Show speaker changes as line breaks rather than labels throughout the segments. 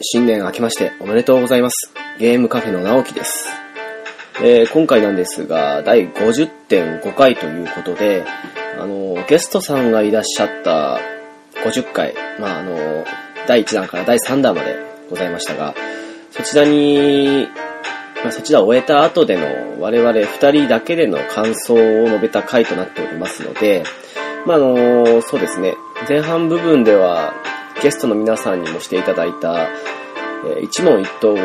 新年明けましておめでとうございます。ゲームカフェの直樹です。えー今回なんですが、第50.5回ということで、あの、ゲストさんがいらっしゃった50回、まあ、あの、第1弾から第3弾までございましたが、そちらに、まあ、そちらを終えた後での我々2人だけでの感想を述べた回となっておりますので、まあ、あの、そうですね、前半部分ではゲストの皆さんにもしていただいた、えー一問一答を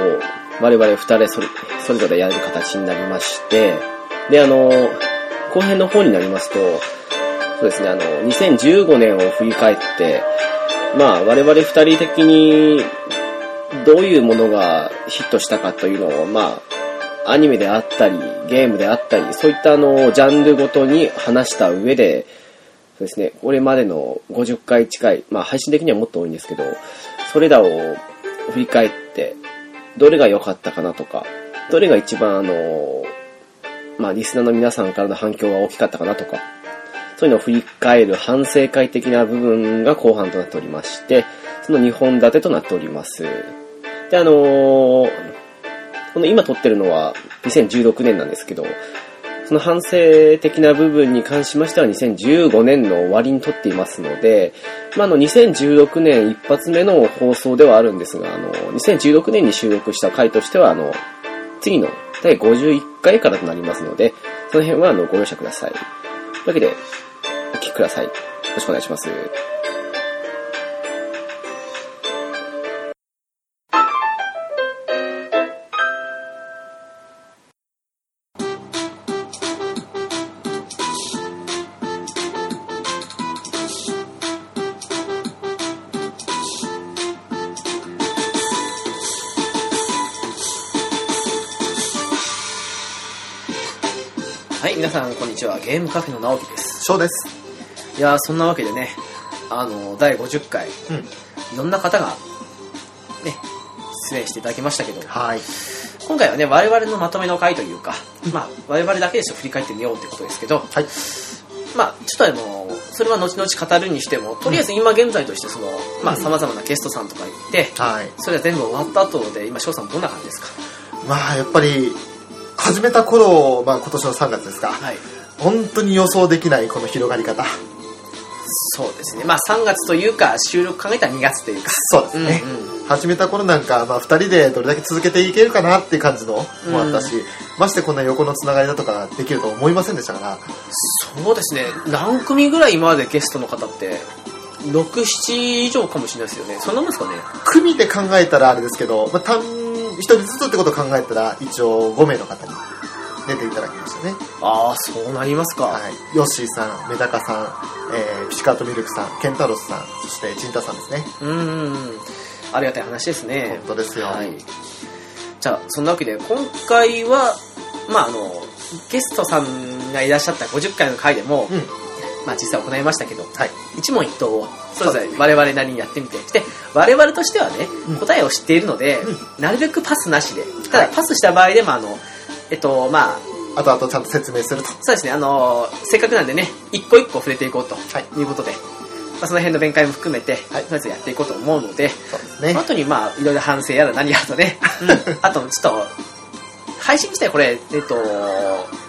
我々二人それそれぞれやる形になりまして、で、あの、後編の方になりますと、そうですね、あの、2015年を振り返って、まあ、我々二人的に、どういうものがヒットしたかというのを、まあ、アニメであったり、ゲームであったり、そういったあの、ジャンルごとに話した上で、そうですね、これまでの50回近い、まあ配信的にはもっと多いんですけど、それらを振り返って、どれが良かったかなとか、どれが一番あの、まあリスナーの皆さんからの反響が大きかったかなとか、そういうのを振り返る反省会的な部分が後半となっておりまして、その2本立てとなっております。で、あのこの今撮ってるのは2016年なんですけど、その反省的な部分に関しましては2015年の終わりに撮っていますので、まあ、あの2016年一発目の放送ではあるんですが、あの2016年に収録した回としては、あの次の第51回からとなりますので、その辺はあのご容赦ください。というわけで、お聞きください。よろしくお願いします。はい、皆さん、こんにちは。ゲームカフェの直樹です。
そうです。
いやーそんなわけでね、あの第50回、
うん。
いろんな方が、ね、出演していただきましたけど、
はい。
今回はね我々のまとめの回というか、まあ、我々だけでしょ振り返ってみようってことですけど、
はい。
まあ、ちょっとあのそれは後々語るにしてもとりあえず今現在としてそのまあ
うん
さまざまなゲストさんとか行って
はい。
それが全部終わった後で今翔さんどんな感じですか
まあ、やっぱり、始めた頃、まあ今年の3月ですか。
はい
本当に予想できないこの広がり方。
そうですねまあ3月というか収録考えたら2月というか
そうですね。
うんうん
始めた頃なんか、まあ、2人でどれだけ続けていけるかなっていう感じのもあったし、ましてこんな横のつながりだとかできると思いませんでしたから
そうですね何組ぐらい今までゲストの方って67以上かもしれないですよねそんなもんですかね
組で考えたらあれですけど、まあ、単1人ずつってことを考えたら一応5名の方に出ていただきましたね、
ああそうなりますか、
はい、ヨッシーさんメダカさん、えーピチカートミルクさんケンタロスさんそしてチンタさんですね
うんうんうんありがたい話ですね
本当ですよ、
はい、じゃあそんなわけで今回はまああのゲストさんがいらっしゃった50回の回でも、
うん
まあ、実際行いましたけど
はい
一問一答をそれぞれ
そうですね
我々なりにやってみてで我々としてはね、
うん
答えを知っているので、
う
なるべくパスなしでただ
はい
パスした場合でもあのえっとまあ
あとあとちゃんと説明すると
そうですねあのせっかくなんでね一個一個触れていこうと
はい
いうことで、まあ、その辺の弁解も含めて、
はい
とりあえずやっていこうと思うので、
そうです
そ
ね
の後にまあいろいろ反省やら何やらとね、 あとちょっと配信自体これえっと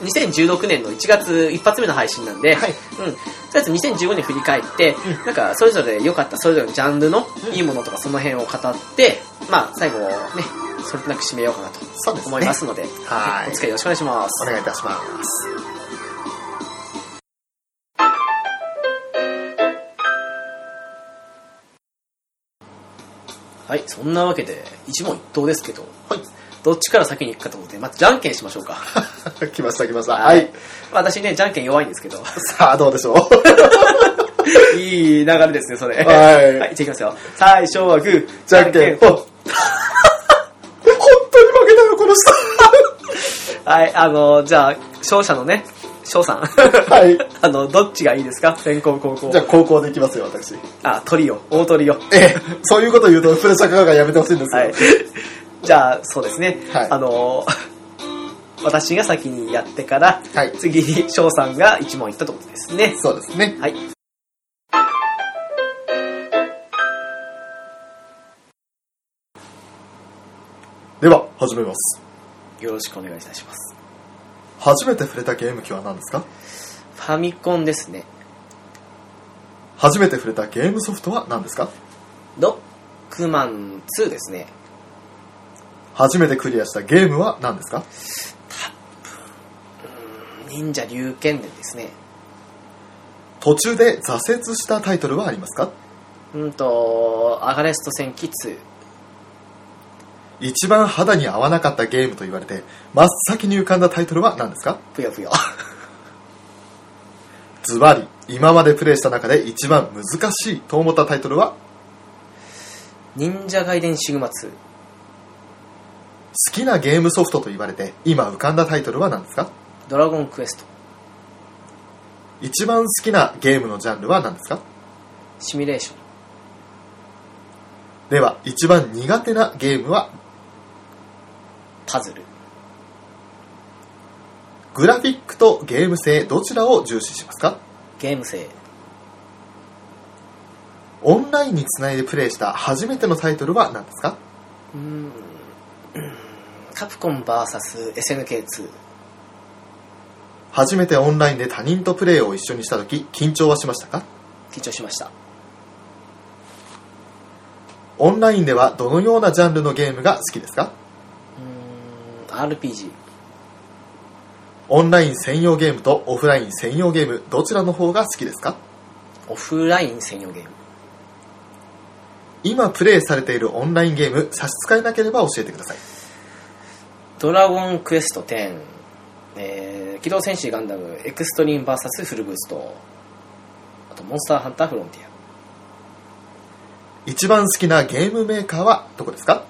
2016年の1月一発目の配信なんで、
はい
うん、とりあえず2015年振り返って、なんかそれぞれ良かったそれぞれのジャンルの
うん
いいものとかその辺を語って、まあ最後ねそれとなく締めようかなと
そうですね
思いますので
はい
お付き合いよろしくお願いしま
お
す
願いいたします
はいそんなわけで一問一答ですけど
はい
どっちから先に行くかと思ってまずじゃんけんしましょうか
来ました来ましたはい
私ねじゃんけん弱いんです けど
さあどうでしょう
いい流れですねそれ
はい
はい、じゃあいきますよ。最初はグー、
じゃんけんぽん 本当に負けたよこの
はい、あの、じゃあ、勝者のね、翔さん。
人 はい
あの、どっちがいいですか先攻後攻
じゃ。あ高校でいきますよ私
あ、トリオ、大トリオ。
ええそういうこと言うとプレッシャーかかるからやめてほしいんですよ、
はい。じゃあ、そうですね。
はい
あの、私が先にやってから、
はい
次に翔さんが一問いったということですね。
そうですね
はい。
では始めます
よろしくお願いいたします。
初めて触れたゲーム機は何ですか
ファミコンですね。
初めて触れたゲームソフトは何ですか
ドックマン2ですね。
初めてクリアしたゲームは何ですか
忍者龍剣伝ですね。
途中で挫折したタイトルはありますか
うんと、アガレスト戦記2。
一番肌に合わなかったゲームと言われて真っ先に浮かんだタイトルは何ですか
ぷよぷ よ。
ズバリ今までプレイした中で一番難しいと思ったタイトルは
忍者外伝シグマ2。
好きなゲームソフトと言われて今浮かんだタイトルは何ですか
ドラゴンクエスト。
一番好きなゲームのジャンルは何ですか
シミュレーション。
では一番苦手なゲームは
パズル。
グラフィックとゲーム性どちらを重視しますか
ゲーム性。
オンラインにつないでプレイした初めてのタイトルは何ですか
うーん。うーんカプコン VSSNK2。
初めてオンラインで他人とプレイを一緒にした時緊張はしましたか
緊張しました。
オンラインではどのようなジャンルのゲームが好きですか
うーん。RPG。
オンライン専用ゲームとオフライン専用ゲームどちらの方が好きですか
オフライン専用ゲーム。
今プレイされているオンラインゲーム差し支えなければ教えてください
ドラゴンクエスト10、えー、機動戦士ガンダムエクストリーム VS フルブースト、あとモンスターハンターフロンティア、
一番好きなゲームメーカーはどこですか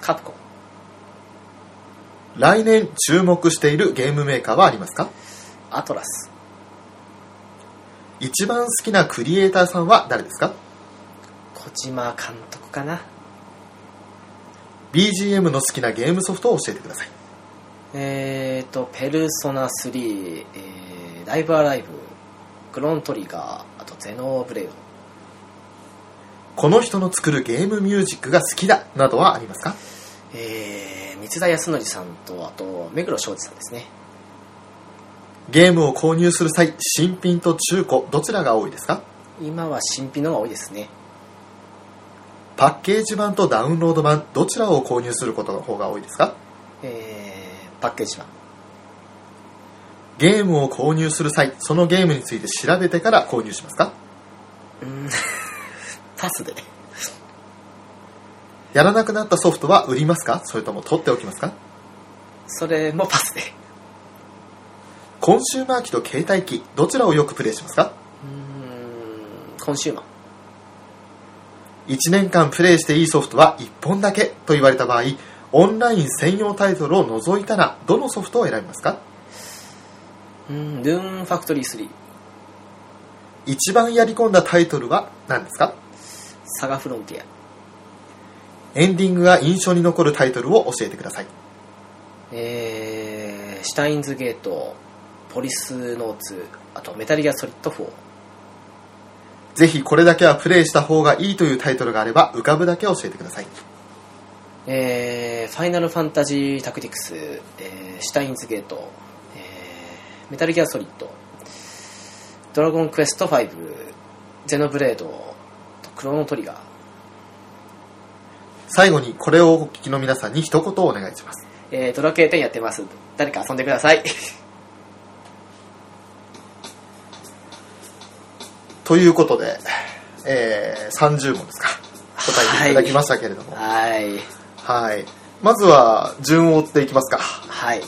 カプコン、
来年注目しているゲームメーカーはありますか
アトラス、
一番好きなクリエイターさんは誰ですか
小島監督かな。
BGM の好きなゲームソフトを教えてください
えーと、ペルソナ3、えー、ライブアライブ、クロントリガー、あとゼノーブレード、
この人の作るゲームミュージックが好きだなどはありますか
えー、三田康則さんと、あと、目黒昌司さんですね。
ゲームを購入する際新品と中古どちらが多いですか
今は新品の方が多いですね。
パッケージ版とダウンロード版どちらを購入することの方が多いですか
えー、パッケージ版、
ゲームを購入する際そのゲームについて調べてから購入しますか
うーん、パスで。
やらなくなったソフトは売りますかそれとも取っておきますか
それもパスで。
コンシューマー機と携帯機どちらをよくプレイしますか
うーんコンシューマー
1年間プレイしていいソフトは1本だけと言われた場合オンライン専用タイトルを除いたらどのソフトを選びますか
うーんルーンファクトリー3
一番やり込んだタイトルは何ですか
サガフロンティア
エンディングが印象に残るタイトルを教えてください
えー、シュタインズゲートポリスノーツあとメタルギアソリッド4
ぜひこれだけはプレイした方がいいというタイトルがあれば浮かぶだけ教えてください
えー、ファイナルファンタジータクティクス、えー、シュタインズゲート、えー、メタルギアソリッドドラゴンクエスト5ゼノブレードとクロノトリガー
最後にこれをお聞きの皆さんに一言お願いします
えー、ドラクエ10やってます誰か遊んでください
ということで、えー、30問ですか答えていただきましたけれども
はい
はい、まずは順を追っていきますか
はい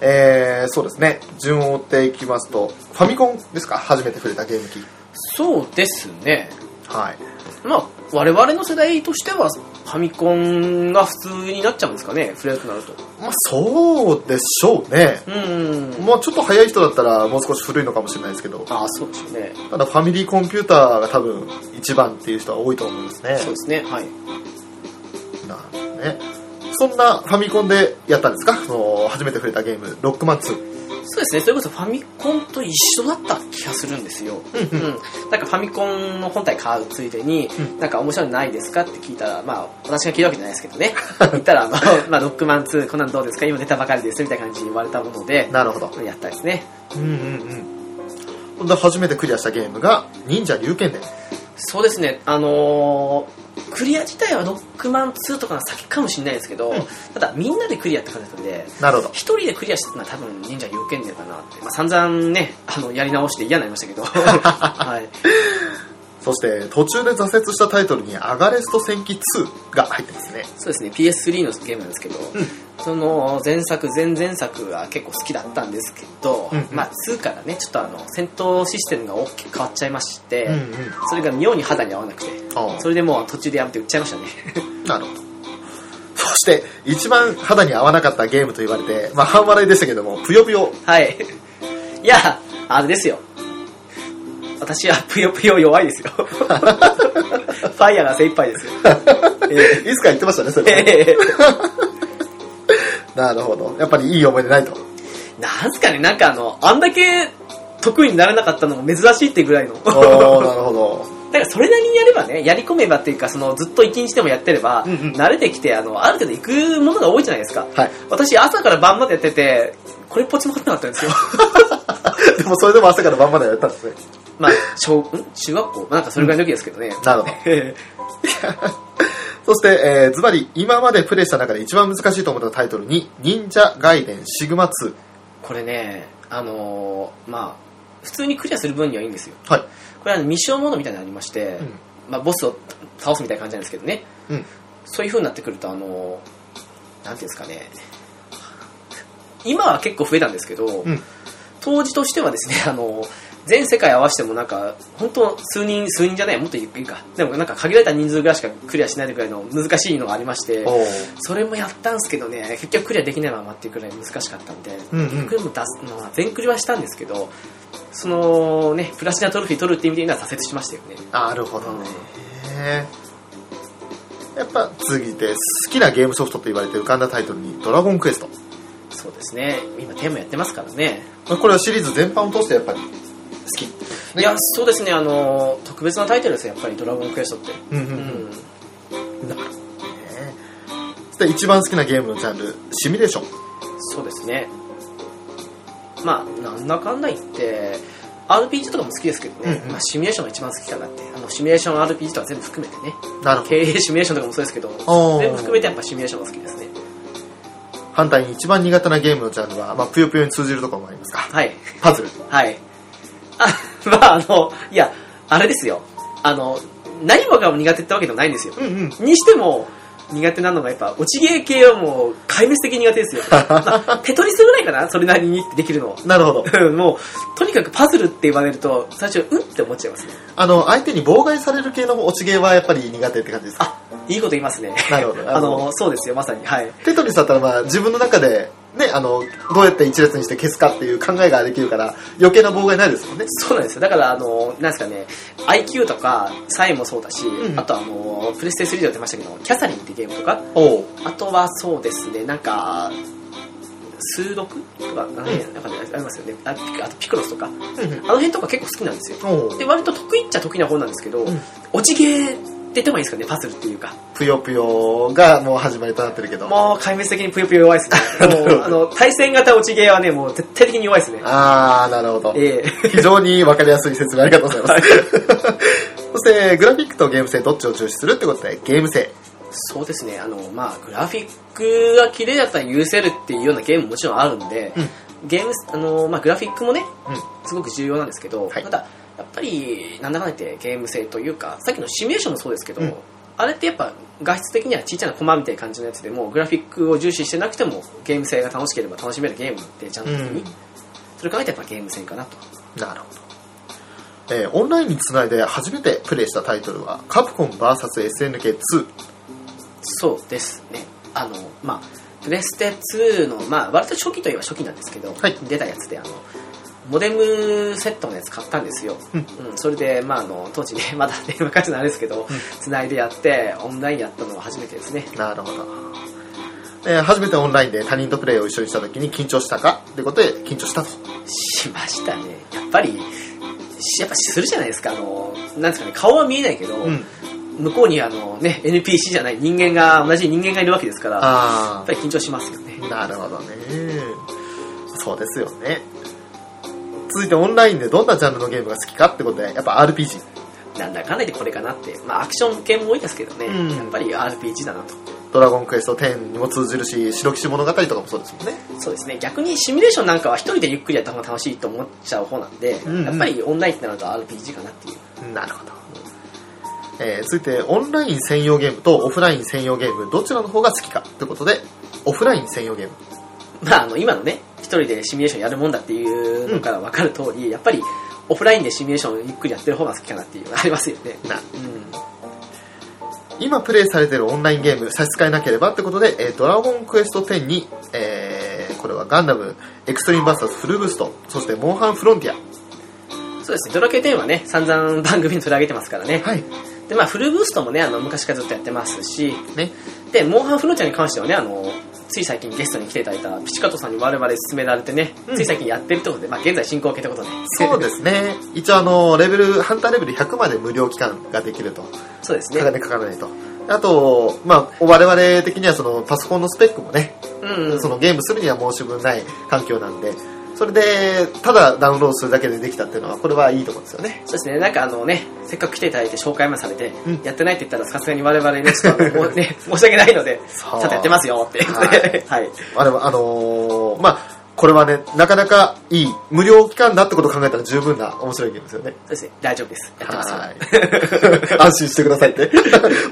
えー、そうですね順を追っていきますとファミコンですか初めて触れたゲーム機
そうですね
はい
まあ、我々の世代としては、ファミコンが普通になっちゃうんですかね、触れるとなると。
まあそうでしょうね
うーん。
まあちょっと早い人だったらもう少し古いのかもしれないですけど
ああ、そうですね。
ただファミリーコンピューターが多分一番っていう人は多いと思いますね
そうですね、はい。
なんですねそんなファミコンでやったんですかその初めて触れたゲームロックマン2
そそうですね、それこそファミコンと一緒だった気がするんですよ。
う
うん
うん
ん。なんかファミコンの本体買うついでに、
うん
なんか面白いのないですかって聞いたら、まあ、私が聞いたわけじゃないですけど ね。言ったら、まあ、まあ、ロックマン2、こんなのどうですか今出たばかりです、みたいな感じに言われたもので、
なるほど。
やったですね。
うんうんうん。で、初めてクリアしたゲームが、忍者龍剣伝。
そうですね、あのークリア自体はロックマン2とかが先かもしれないですけど、
うん
ただみんなでクリアって感じだったんで、
なるほど。
一人でクリアしてたのは多分忍者有権伝かなって、まあ、散々ね、あの、やり直して嫌になりました けど、はい。
そして、途中で挫折したタイトルに、アガレスト戦記2が入ってますね。
そうですね、PS3 のゲームなんですけど、その前作、前々作は結構好きだったんですけど、
うんうん
まあ2からね、ちょっとあの、戦闘システムが大きく変わっちゃいまして、
うんうん。
それが妙に肌に合わなくて、
ああ
それでもう途中でやめて売っちゃいましたね。
なるほど。そして、一番肌に合わなかったゲームと言われて、まあ、半笑いでしたけども、ぷよぷよ。
はい。いや、あれですよ。私はぷよぷよ弱いですよ。フ ァイヤーが精一杯 ですよ。え
いつか言ってましたね、そ
え
れは。
ええ
なるほど。やっぱりいい思い出ない と。
なんすかね、なんかあの、あんだけ得意になれなかったのも珍しいってぐらいの。
おー、なるほど。
だからそれなりにやればね、やり込めばっていうか、そのずっと一日でもやってれば、
うんうん
慣れてきて、あの、ある程度行くものが多いじゃないですか。
はい。
私、朝から晩までやってて、これっぽっちも分かんなかったんですよ。
でも、それでも朝から晩までやったんですね。
まあ、小、ん中学校まあなんかそれぐらいの時ですけどね。
なるほど。そして、えー、ズバリ、今までプレイした中で一番難しいと思ったタイトルに、忍者外伝シグマ2。
これね、あのーまあ、普通にクリアする分にはいいんですよ。
はい。
これはミッションモードみたいなのありまして、
うん
まあ、ボスを倒すみたいな感じなんですけどね。
うん。
そういう風になってくると、あのーなんていうんですかね、今は結構増えたんですけど、
うん。
当時としてはですね、あのー全世界合わせてもなんか、本当数人、数人じゃない、もっといいか。でもなんか限られた人数ぐらいしかクリアしないぐらいの難しいのがありまして、
おー。
それもやったんですけどね、結局クリアできないままっていうくらい難しかったんで、
うんうん
結局も出すのは全クリはしたんですけど、そのね、プラチナトロフィー取るって意味で言うのは挫折しましたよね。
なるほ
あ
ど
の
ね
ね。
やっぱ、次で、好きなゲームソフトと言われて浮かんだタイトルに、ドラゴンクエスト。
そうですね、今テーマやってますからね。
まあこれはシリーズ全般を通してやっぱり好き。
いや、そうですね、あの、特別なタイトルですよ、やっぱりドラゴンクエストって。
うんう
うんん。
うん。なるほどね。そして一番好きなゲームのジャンル、シミュレーション。
そうですね。まあ、なんだかんだ言って、RPG とかも好きですけどね、
うんうん
まあ、シミュレーションが一番好きかなって、あのシミュレーション RPG とか全部含めてね、
なるほ
経営シミュレーションとかもそうですけど、
おー
全部含めてやっぱシミュレーションが好きですね。
ど。反対に一番苦手なゲームのジャンルは、まあ、ぷよぷよに通じるところもありますか。
はい。
パズル。
はい。あ、まああの、いや、あれですよ。あの、何もかも苦手ってわけでもないんですよ。
うんうん。
にしても、苦手なのがやっぱ、落ち芸系はもう、壊滅的に苦手 ですよ。まあ、テトリスぐらいかなそれなりにできるの。
なるほど。
うんもう、とにかくパズルって言われると、最初、うんって思っちゃいますね。
あの、相手に妨害される系の落ち芸はやっぱり苦手って感じですか
あ、いいこと言いますね。
なるほど
あの、そうですよ、まさに。はい。
テトリスだったらまあ自分の中で、ね、あの、どうやって一列にして消すかっていう考えができるから余計な妨害ないですもんね。
そうなんですよ。だから、あの、なんですかね、IQ とか、サインもそうだし、
うん
あとあの、プレステ3でやってましたけど、キャサリンってゲームとか、
おう。
あとはそうですね、なんか、数独とか、なんかねなんかねありますよね。あピクあとピクロスとか、あ
うんうん
の辺とか結構好きなんですよ。
おう
で、。割と得意っちゃ得意な方なんですけど、
うん
落ち芸って言ってもいいですかね、パズルっていうか。
ぷよぷよがもう始まりとなってるけど。
もう壊滅的にぷよぷよ弱いですね。もう、 あの、対戦型落ち芸はね、もう徹底的に弱いですね。
あー、なるほど。
ええ
非常に分かりやすい説明ありがとうございます。 そして、グラフィックとゲーム性どっちを重視するってことで、ゲーム性。
そうですね、あの、まあ、グラフィックが綺麗だったら許せるっていうようなゲームももちろんあるんで、ゲーム、あの、まあ、グラフィックもね、
う
すごく重要なんですけど、
はい
ただやっぱりなんだかんだ言ってゲーム性というかさっきのシミュレーションもそうですけど、
うん
あれってやっぱ画質的にはちっちゃなコマみたいな感じのやつでもグラフィックを重視してなくてもゲーム性が楽しければ楽しめるゲームってちゃんと的に、
うん
それ考えてやっぱゲーム性かなと
ん。なるほど。えーオンラインにつないで初めてプレイしたタイトルは、カプコン VSSNK2。
そうですねあのまあプレステ2のまあ割と初期といえば初期なんですけど、
はい
出たやつであのモデムセットのやつ買ったんですよ、
うん
うんそれで、まあ、あの当時ねまだね昔のあれですけど、繋いでやってオンラインやったのは初めてですね
なるほど。えー初めてオンラインで他人とプレイを一緒にした時に緊張したかということで緊張したと
しましたねやっぱりしやっぱするじゃないですかあのなんですかね顔は見えないけど、
うん
向こうにあのね NPC じゃない人間が同じ人間がいるわけですからや
あ
っぱり緊張しますよね
あなるほどねそうですよね続いてオンラインでどんなジャンルのゲームが好きかってことでやっぱ RPG
なんだかんだでこれかなってまあアクション系も多いですけどね、
うん
やっぱり RPG だなと
ドラゴンクエスト10にも通じるし白騎士物語とかもそうですもんね
そうですね逆にシミュレーションなんかは一人でゆっくりやった方が楽しいと思っちゃう方なんで、
んうん
やっぱりオンラインってなると RPG かなっていう
なるほど、えー続いてオンライン専用ゲームとオフライン専用ゲームどちらの方が好きかということでオフライン専用ゲーム
まあ、あの今のね一人でシミュレーションやるもんだっていうのから分かる通り、やっぱりオフラインでシミュレーションゆっくりやってる方が好きかなっていうのがありますよね、う
な
ん、
今プレイされているオンラインゲーム差し支えなければってことで、えードラゴンクエスト10に、えーこれはガンダムエクストリームバーサスフルブーストそしてモンハンフロンティア
そうですねドラケテンはね散々番組に取り上げてますからね、
はい
でまあフルブーストもねあの昔からずっとやってますし
ね
でモンハンフロンティアに関してはねあのつい最近ゲストに来ていただいたピチカトさんに我々勧められてね、
うん
つい最近やってるってことで、まあ、現在進行形ってことで
そうですね一応あのレベルハンターレベル100まで無料期間ができると
そうですね
金かからないとあと、まあ、我々的にはそのパソコンのスペックもね
うんうん
そのゲームするには申し分ない環境なんで、それで、ただダウンロードするだけでできたっていうのは、これはいいところですよね。
そうですね、なんかあのね、せっかく来ていただいて紹介もされて、
うん
やってないって言ったらさすがに我々ね、ちょっとあのもうね、 申し訳ないので、ち
そ
ゃ
うん
とやってますよって。
はい
はい。
あれは、あのーまあ、これはね、なかなかいい、無料期間だってことを考えたら十分な面白いゲームですよね。
そうですね、大丈夫です。やってますよ。
はい。 安心してくださいって。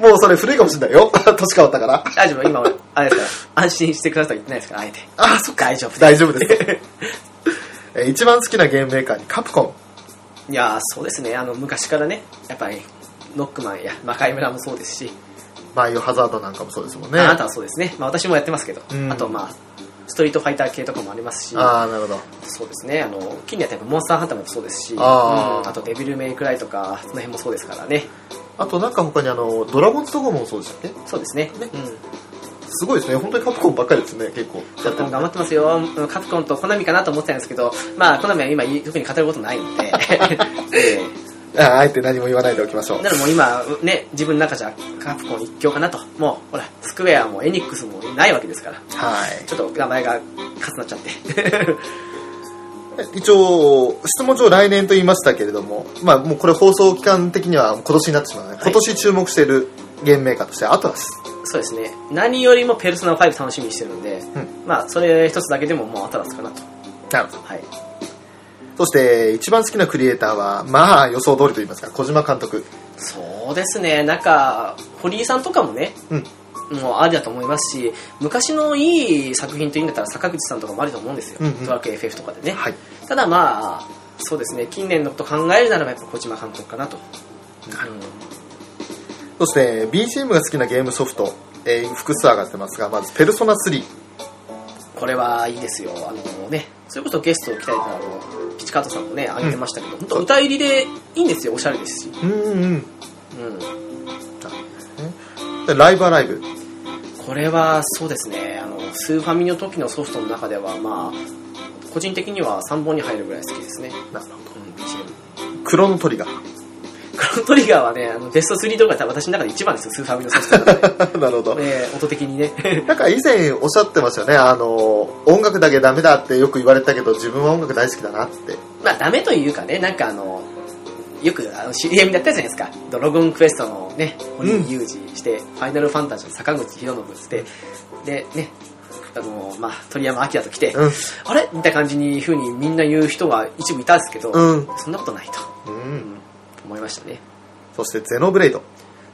もうそれ古いかもしれないよ。 年変わったから。
大丈夫、今俺、あれですから、安心してくださいと言ってないですから、あえて。
あ、
そっか。大丈夫
大丈夫 です。えー一番好きなゲームメーカーにカプコン。
いやー、そうですね、あの、昔からね、やっぱり、ノックマンや魔界村もそうですし、
バイオハザードなんかもそうですもんね。
あなたはそうですね、まあ私もやってますけど、
うん
あとまあ、ストリートファイター系とかもありますし、
あーなるほど。
そうですね、あの、近年やったらモンスターハンターもそうですし、うん
あー
あとデビルメイクライとか、その辺もそうですからね。
あとなんか他にあの、ドラゴンズとかもそうでしたっけ
そうですね。
ね
うん。
すごいですね。本当にカプコンばっかりですね、結 構。や
カ
っ
プ
て
コ
る
ン頑張ってますよ。うんカプコンとコナミかなと思ってたんですけど、まあ、コナミは今特に語ることないん で。え
ああえて何も言わないでおきましょ
えなのでもう今、ね、自分の中じゃカプコン一強かなと。もう、ほら、スクエアもエニックスもないわけですから。
はい
ちょっと名前が重なっちゃって。
一応質問上来年と言いましたけれどもまあもうこれ放送期間的には今年になってしまうので、
い
今年注目しているゲームメーカーとしてアトラス
そうですね。何よりもペルソナ5楽しみにしてるんで、
ん
まあ、それ一つだけでももう新しかなと。
なるほど
はい。
そして一番好きなクリエイターはまあ予想通りと言いますか小島監督
そうですね。なんか、堀井さんとかもね、
うん
もうありだと思いますし昔のいい作品というんだったら坂口さんとかもありと思うんですよ、
うんうん
ドラクエ FF とかでね、
はい
ただまあそうですね近年のこと考えるならばやっぱ小島監督かなとうん
そして BGM が好きなゲームソフト、えー複数上がってますがまず「ペルソナ3
これはいいですよあのねそれこそゲストを来たりあのピチカートさんもねあげてましたけど、本当歌入りでいいんですよおしゃれですし、」
うんうん
うん、
でライブアライブ
これはそうですねあのスーファミの時のソフトの中ではまあ個人的には3本に入るぐらい好きですね、
なるほ
うん BGM
どクロノトリガー
このトリガーはね、あのベスト3とかが私の中で一番ですよ、スーファミのソフトの中で。
なるほ ど
えー音的にね。
なんか以前おっしゃってましたよね、あの、音楽だけダメだってよく言われたけど、自分は音楽大好きだなって。
まあ、ダメというかね、なんかあの、よくあの CM だったじゃないですか。ドラゴンクエストのね、堀井雄二して、ファイナルファンタジーの坂口博信して、で、ね、あの、まあ、鳥山明と来て、
うん。
あれみたいな感じに、ふうにみんな言う人が一部いたんですけど、
うん。
そんなことないと、
う。
うんん思いましたね。
そして、ゼノブレイド。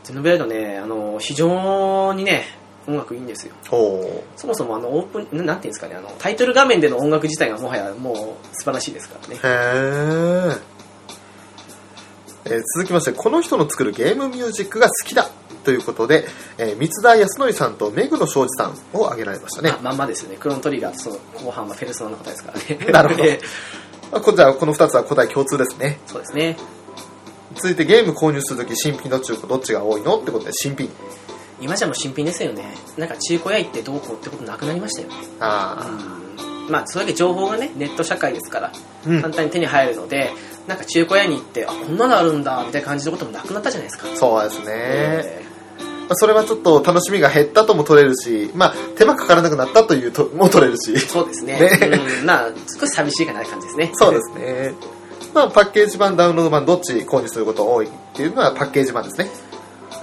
ゼノベイドね、あの、非常にね、音楽いいんですよ。
ほ
そもそもあのオープン、ななんていうんですかね、あの、タイトル画面での音楽自体がもはやもう素晴らしいですからね。
う。へーえー続きまして、この人の作るゲームミュージックが好きだということで、えー三田康則さんと目黒庄司さんを挙げられましたね
あ。まんまですよね。クロントリガーとその後半はフェルソナの方ですからね。
なるほど
えー
あこじゃあ、この二つは答え共通ですね。
そうですね。
続いて、ゲーム購入するとき、新品と中古どっちが多いのってことで、新品。
今じゃもう新品ですよねなんか中古屋行ってどうこうってことなくなりましたよね
あ
まあそれだけ情報がねネット社会ですから
あ。うん
簡。単に手に入るので、なんか中古屋に行ってあこんなのあるんだみたいな感じのこともなくなったじゃないですか
そうですね。
え
まあそれはちょっと楽しみが減ったとも取れるし、まあ、手間かからなくなったというとも取れるし
ー。そうですね
ね
うん、まあ少し寂しいかなって感じですね
そうですね。まあ、パッケージ版、ダウンロード版、どっち購入すること多いっていうのはパッケージ版ですね。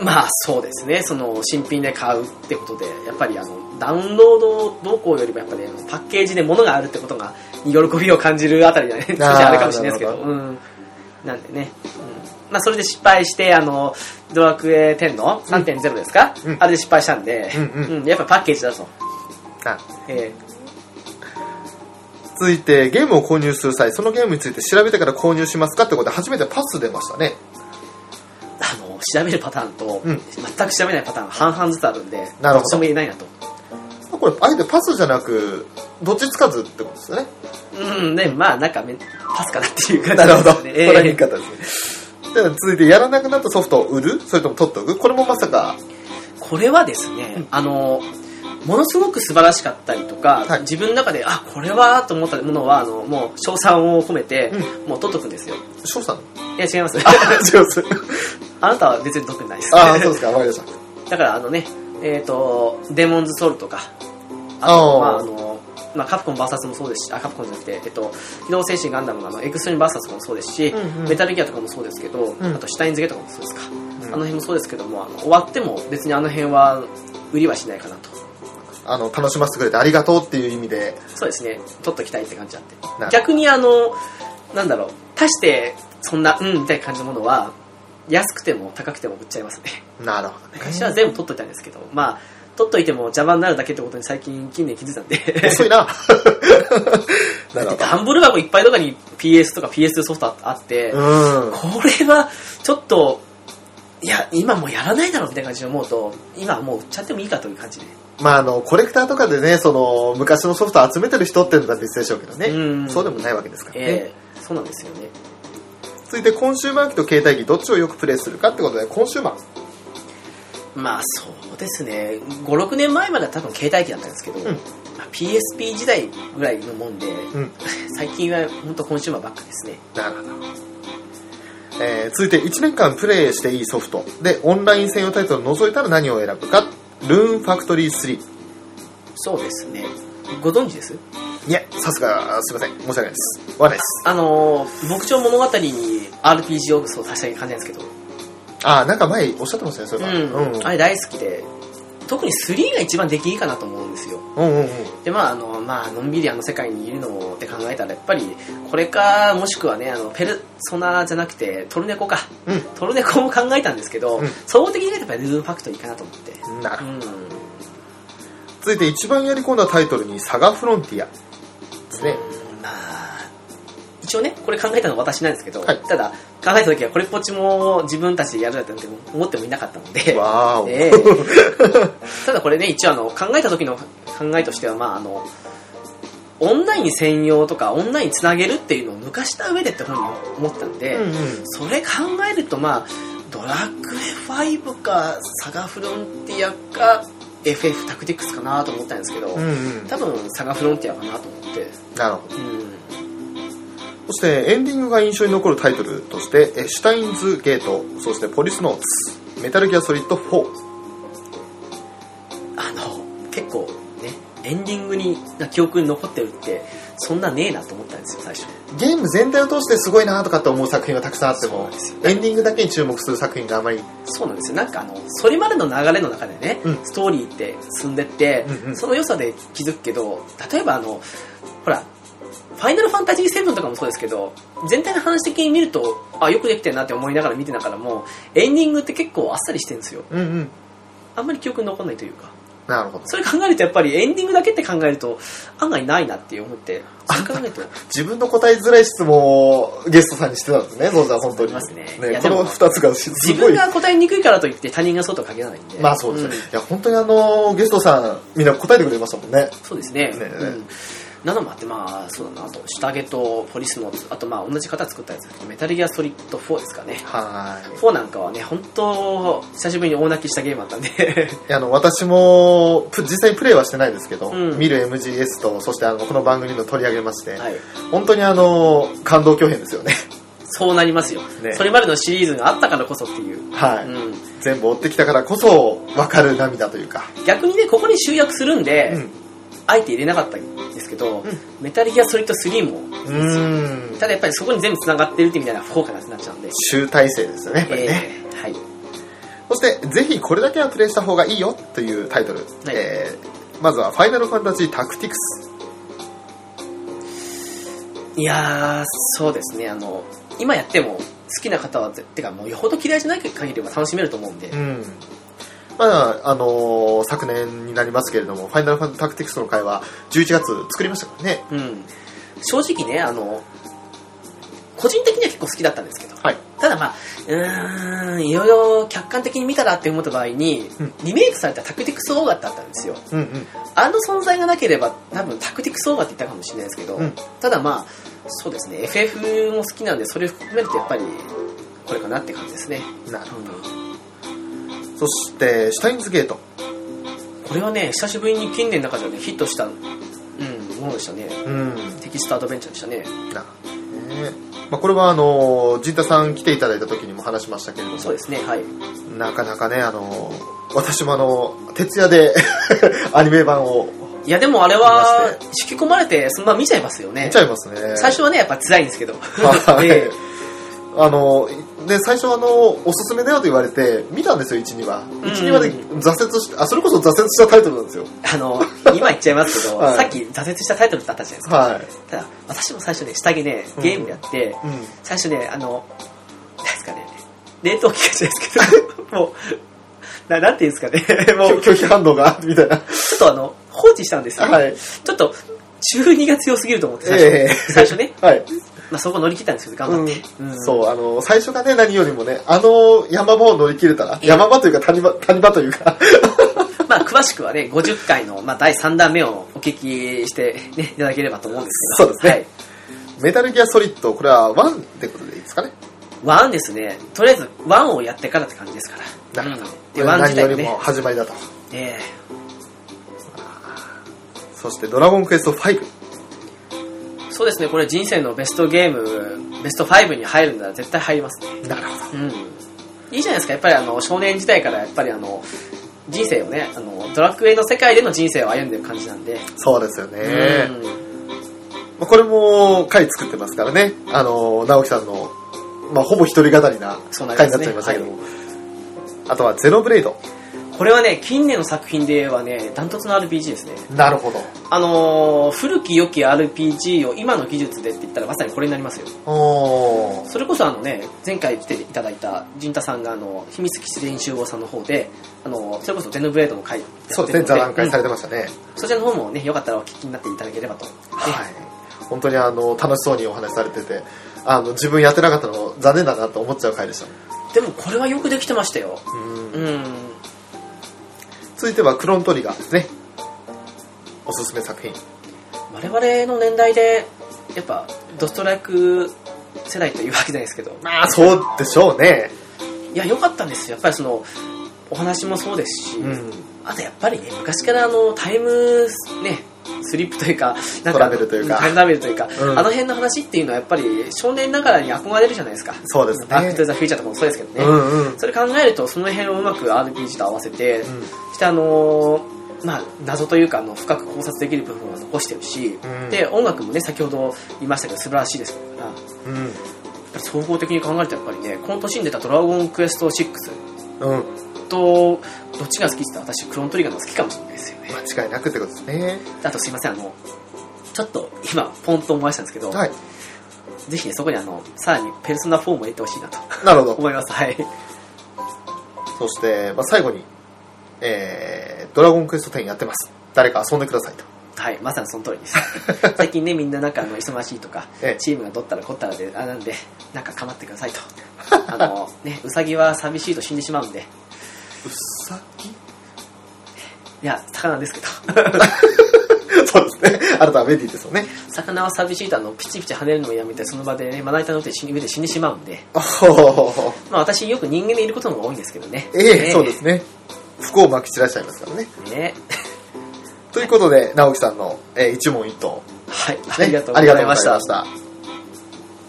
まあそうですねその新品で買うってことでやっぱりあのダウンロード動向よりもやっぱり、あのパッケージで物があるってことが喜びを感じるあたりだね少しあれかもしれないですけど
なるほ
うん、なんでね、うんまあ、それで失敗してあのドラクエ10の3.0ですか、
うん
あれで失敗したんで、
うんうん
やっぱパッケージだと、
あ
え
続いて、ゲームを購入する際、そのゲームについて調べてから購入しますかってことで、初めてパス出ましたね。
ーあの調べるパターンと、
うん
全く調べないパターンが半々ずつあるんで
なるほど
っちも言えないなと
まあこれ、あえてパスじゃなく、どっちつかずってことですよね。
うんでまあなんかめパスかなっていう感
な
じ
るほど。
です
こ
ね
れは言い方ですね。では続いて、やらなくなったソフトを売るそれとも取っておくこれもまさか、
これはですね、あのものすごく素晴らしかったりとか、
はい
自分の中であこれはと思ったものはあのもう賞賛を込めて、もう取っとくんですよ
翔 さん。
いや違います
違うす。
あなたは別に取ってないです
あ あ、そうですか。わかりました。
だからあのねえっ、とデモンズソウルとかあと
おー
まああのまあ、カプコン VS もそうですし、あ、カプコンじゃなくて、えっと、機動戦士ガンダムのあのエクストリーム VS もそうですし、
うんうん
メタルギアとかもそうですけど、
ん
あとシュタインズゲートとかもそうですか、あの
うん
辺もそうですけども、あの終わっても別にあの辺は売りはしないかなと。
あの、楽しませてくれてありがとうっていう意味で、
そうですね、取っときたいって感じあっ
な
て。逆にあの、なんだろう、足して、そんな、うん、みたいな感じのものは、安くても高くても売っちゃいますね。
なるほどね。
昔は全部取っといたんですけど、まあ、取っといても邪魔になるだけってことに最近近年気づいたん で。
遅 いな。なるほど。
ダンボール箱いっぱいとかに PS とか PS2 ソフトあって、こ
うん。
れはちょっと、いや、今もうやらないだろうみたいな感じで思うと、今はもう売っちゃってもいいかという感じで。
まあ、あの、コレクターとかでね、その、昔のソフト集めてる人っていうのは別でしょうけど
う
ね。
ん
そうでもないわけですからね。
ええそうなんですよね。
続いて、コンシューマー機と携帯機、どっちをよくプレイするかってことで、コンシューマー。
まあそうですね56年前までは多分携帯機だったんですけど、
ん
まあ PSP 時代ぐらいのもんで、
うん。
最近は本当コンシューマーばっかですね
なるほど。えー続いて、1年間プレイしていいソフト。で、オンライン専用タイトルを除いたら何を選ぶか。ルーンファクトリー3。
そうですねご存知です
いや、さすが、すいません。申し訳ないです。わかんないです。
あのー牧鳥物語に RPG 要素を足したい感じなんですけど、
あー、なんか前おっしゃってましたね、それは。
うん
うん
あれ大好きで特に3が一番出来いいかなと思うんですよ
うんうんうん。
でまああのまあのんびりあの世界にいるのをって考えたらやっぱりこれかもしくはねあのペルソナじゃなくてトルネコか、
うん
トルネコも考えたんですけど、
うん
総合的に考えたらやっぱりルーンファクトリーかなと思って
なる
う
ほど。
ん
続いて一番やり込んだタイトルに、サガフロンティアですね。
まあ一応ねこれ考えたのは私なんですけど、
はい
ただ考えた時はこれっぽっちも自分たちでやるなんて思ってもいなかったので
わーお。
ええただこれね一応あの考えた時の考えとしてはまああのオンライン専用とかオンラインつなげるっていうのを抜かした上でって本に思ったんで、
うんうん、
それ考えるとまあドラクエ5かサガフロンティアか FF タクティクスかなと思ったんですけど、
うんうん、
多分サガフロンティアかなと思って、
なるほど
うん、
そしてエンディングが印象に残るタイトルとしてえシュタインズゲートそしてポリスノーツメタルギアソリッド4
あの結構ねエンディングにが記憶に残ってるってそんなねえなと思ったんですよ最初
ゲーム全体を通してすごいなとかって思う作品はたくさんあってもエンディングだけに注目する作品があまり
そうなんですよなんかあのそれまでの流れの中でね、
うん
ストーリーって進んでって、
うんうん
その良さで気づくけど例えばあのほら「ファイナルファンタジー7」とかもそうですけど全体の話的に見るとあよくできてるなって思いながら見てながらもエンディングって結構あっさりしてるんですよ
うんうん
あんまり記憶に残んないというか
なるほど
それ考えるとやっぱりエンディングだけって考えると案外ないなって思ってそれ考え ると
自分の答えづらい質問をゲストさんにしてたんですねそうだ本当
あ
に
りますねい
ね
や
こ
で
の
も
2つがす
自
ご
分
い
が答えにくいからといって他人がそうとは限らないんで
まあそうですね、
ん
いや本当にあのゲストさんみんな答えてくれましたもんね
そうですね。
ね
うん7もあってまあそうだなあと下着とポリスノーツあとまあ同じ方作ったやつだけどメタルギアソリッド4ですかね
はーい
4なんかはね本当久しぶりに大泣きしたゲームあったんで
いやあの私もプ実際にプレイはしてないですけど、
うん
見る MGS とそしてあのこの番組でも取り上げまして、
はい
本当にあの感動巨編ですよね
そうなりますよ、
ね
それまでのシリーズがあったからこそっていう、
はい、
うん、
全部追ってきたからこそ分かる涙というか、
逆にねここに集約するんで、
うん
あえて入れなかったんですけど、
ん
メタルギアソリッド3も
うーん
ただやっぱりそこに全部つながってるってみたいな効果がなっちゃうんで、
集大成ですよねやっぱりね、
えーはい
そして、ぜひこれだけはプレイした方がいいよというタイトル。えーまずは、ファイナルファンタジータクティクス。
いやーそうですねあの今やっても好きな方はぜてかもうよほど嫌いじゃない限りは楽しめると思うんで、
うん。まあ、あのー昨年になりますけれども、ファイナルファンタジータクティクスの会は11月作りましたからね。
うん、正直ねあの個人的には結構好きだったんですけど、
はい
ただまあうーんいろいろ客観的に見たらって思った場合に、
うん
リメイクされたタクティクスオーガってあったんですよ
うんうん。
あの存在がなければ多分タクティクスオーガって言ったかもしれないですけど、
うん
ただまあそうですね FF も好きなんでそれを含めるとやっぱりこれかなって感じですね、
なるほ
うん
どそして、シュタインズゲート。
これはね久しぶりに近年の中じゃねヒットした、うん、ものでしたね
うん。
テキストアドベンチャーでしたね
なねまあ、これは、あのー、陣田さん来ていただいた時にも話しましたけれども、
そうですねはい
なかなかね、あのー私もあのー徹夜で アニメ版を
いやでもあれは引き込まれてそのまま見ちゃいますよね
見ちゃいますね。
最初はねやっぱ辛いんですけど、
はい
え
あので最初あのおすすめだよと言われて見たんですよ12話12話で挫折してあそれこそ挫折したタイトルなんですよ
えあの今言っちゃいますけど、
はい
さっき挫折したタイトルってあったじゃないですか
はい、
ただ私も最初ね下着ねゲームやって、
うん、
最初ねあのなんですかね冷凍機械じゃないですけどもうななんていうんですかねもう
拒拒否反応がみたいな
ちょっとあの放置したんですよ、
はい
ちょっと中二が強すぎると思って最初,、
ええ
最初ね、
はい、
まあ、そこ乗り切ったんですけど頑張って、うん
そうあの最初がね何よりもねあの山場を乗り切れたら
え
山場というか谷場谷場というか
まあ詳しくはね50回の、まあ、第3弾目をお聞きして、ね、いただければと思うんですけど
そうですねメタルギアソリッドこれは1ってことでいいですかね
はい、1ですねとりあえず1をやってからって感じですから
なるほど
うん
こ
で
れ
1自
何よ
体
り
ね
も始まりだと
ええ
そして「ドラゴンクエスト5」
そうですねこれ人生のベストゲームベスト5に入るなら絶対入りますね
なるほ
う
ど
んいいじゃないですかやっぱりあの少年時代からやっぱりあの人生をねあのドラクエの世界での人生を歩んでる感じなんで、
そうですよね、
うん
まあこれも回作ってますからね、あの直樹さんの、まあ、ほぼ一人語りな
そうなり
回
ます
になっ
ね
ちゃいましたけども、あとは「ゼロブレイド
これはね近年の作品ではねダントツの RPG ですね」
なるほど
あのー古き良き RPG を今の技術でって言ったらまさにこれになりますよ
おー
それこそあのね前回来ていただいた陣太さんがあの秘密基地練習合さんの方で、あのーそれこそゼノブレードも書いて
そうですね座談会され
て
てましたね、
そちらの方もねよかったらお聞きになっていただければと、
はい本当にあの楽しそうにお話しされててあの自分やってなかったの残念だなと思っちゃう回でした
でもこれはよくできてましたよ
うん
うん
続いては「クロントリガー」ですねおすすめ作品
我々の年代でやっぱドストライク世代というわけじゃないですけど
まあそうでしょうね
いや良かったんですよやっぱりそのお話もそうですし、
うん
あとやっぱりね、昔からあの、タイム、ね、スリップというか、なんか
トラベルというか
んタイムトラベルというか、
うん
あの辺の話っていうのはやっぱり少年ながらに憧れるじゃないですか。
そうですね
バックトゥザフューチャーとかもそうですけどね。
うんうん
それ考えると、その辺をうまく RPG と合わせて、
うん
そしてあのーまあ、謎というかあの深く考察できる部分は残してるし、
うん
で音楽もね先ほど言いましたけど素晴らしいですからやっ
うん
ぱり総合的に考えるとやっぱりねこの年に出た「ドラゴンクエスト6
うん」
とどっちが好きって言ったら私クロントリガーの好きかもしれないですよね
間違いなくってことですね
あとすいません、あの、ちょっと今、ポンと思い出したんですけど、
はい
ぜひね、そこにあの、さらにペルソナ4も入れてほしいなと
なるほど
思います。はい。
そして、まあ、最後に、えー、ドラゴンクエスト10やってます。誰か遊んでください と。
はい、まさにその通り です。最近ね、みんななんかあの、忙しいとか
ええ、
チームが取ったら取ったらで、あ、なんで、なんか構ってくださ いと。あの、ね、ウサギは寂しいと死んでしまうんで、
うさぎ
いや、魚ですけど。
そうですね。あなたはメディですよね。
魚は寂しいとあのピチピチ跳ねるのもやめてその場でねまな板の上で死に上で死んでしまうんで
おー
まあ私よく人間でいることの方が多いんですけどね
ええそうですすね。不幸をまき散らしちゃいますからね。
ね
ということで、直樹さんの、えー一問一答、
はいあ
ね
りがとうございました
ありがとうございま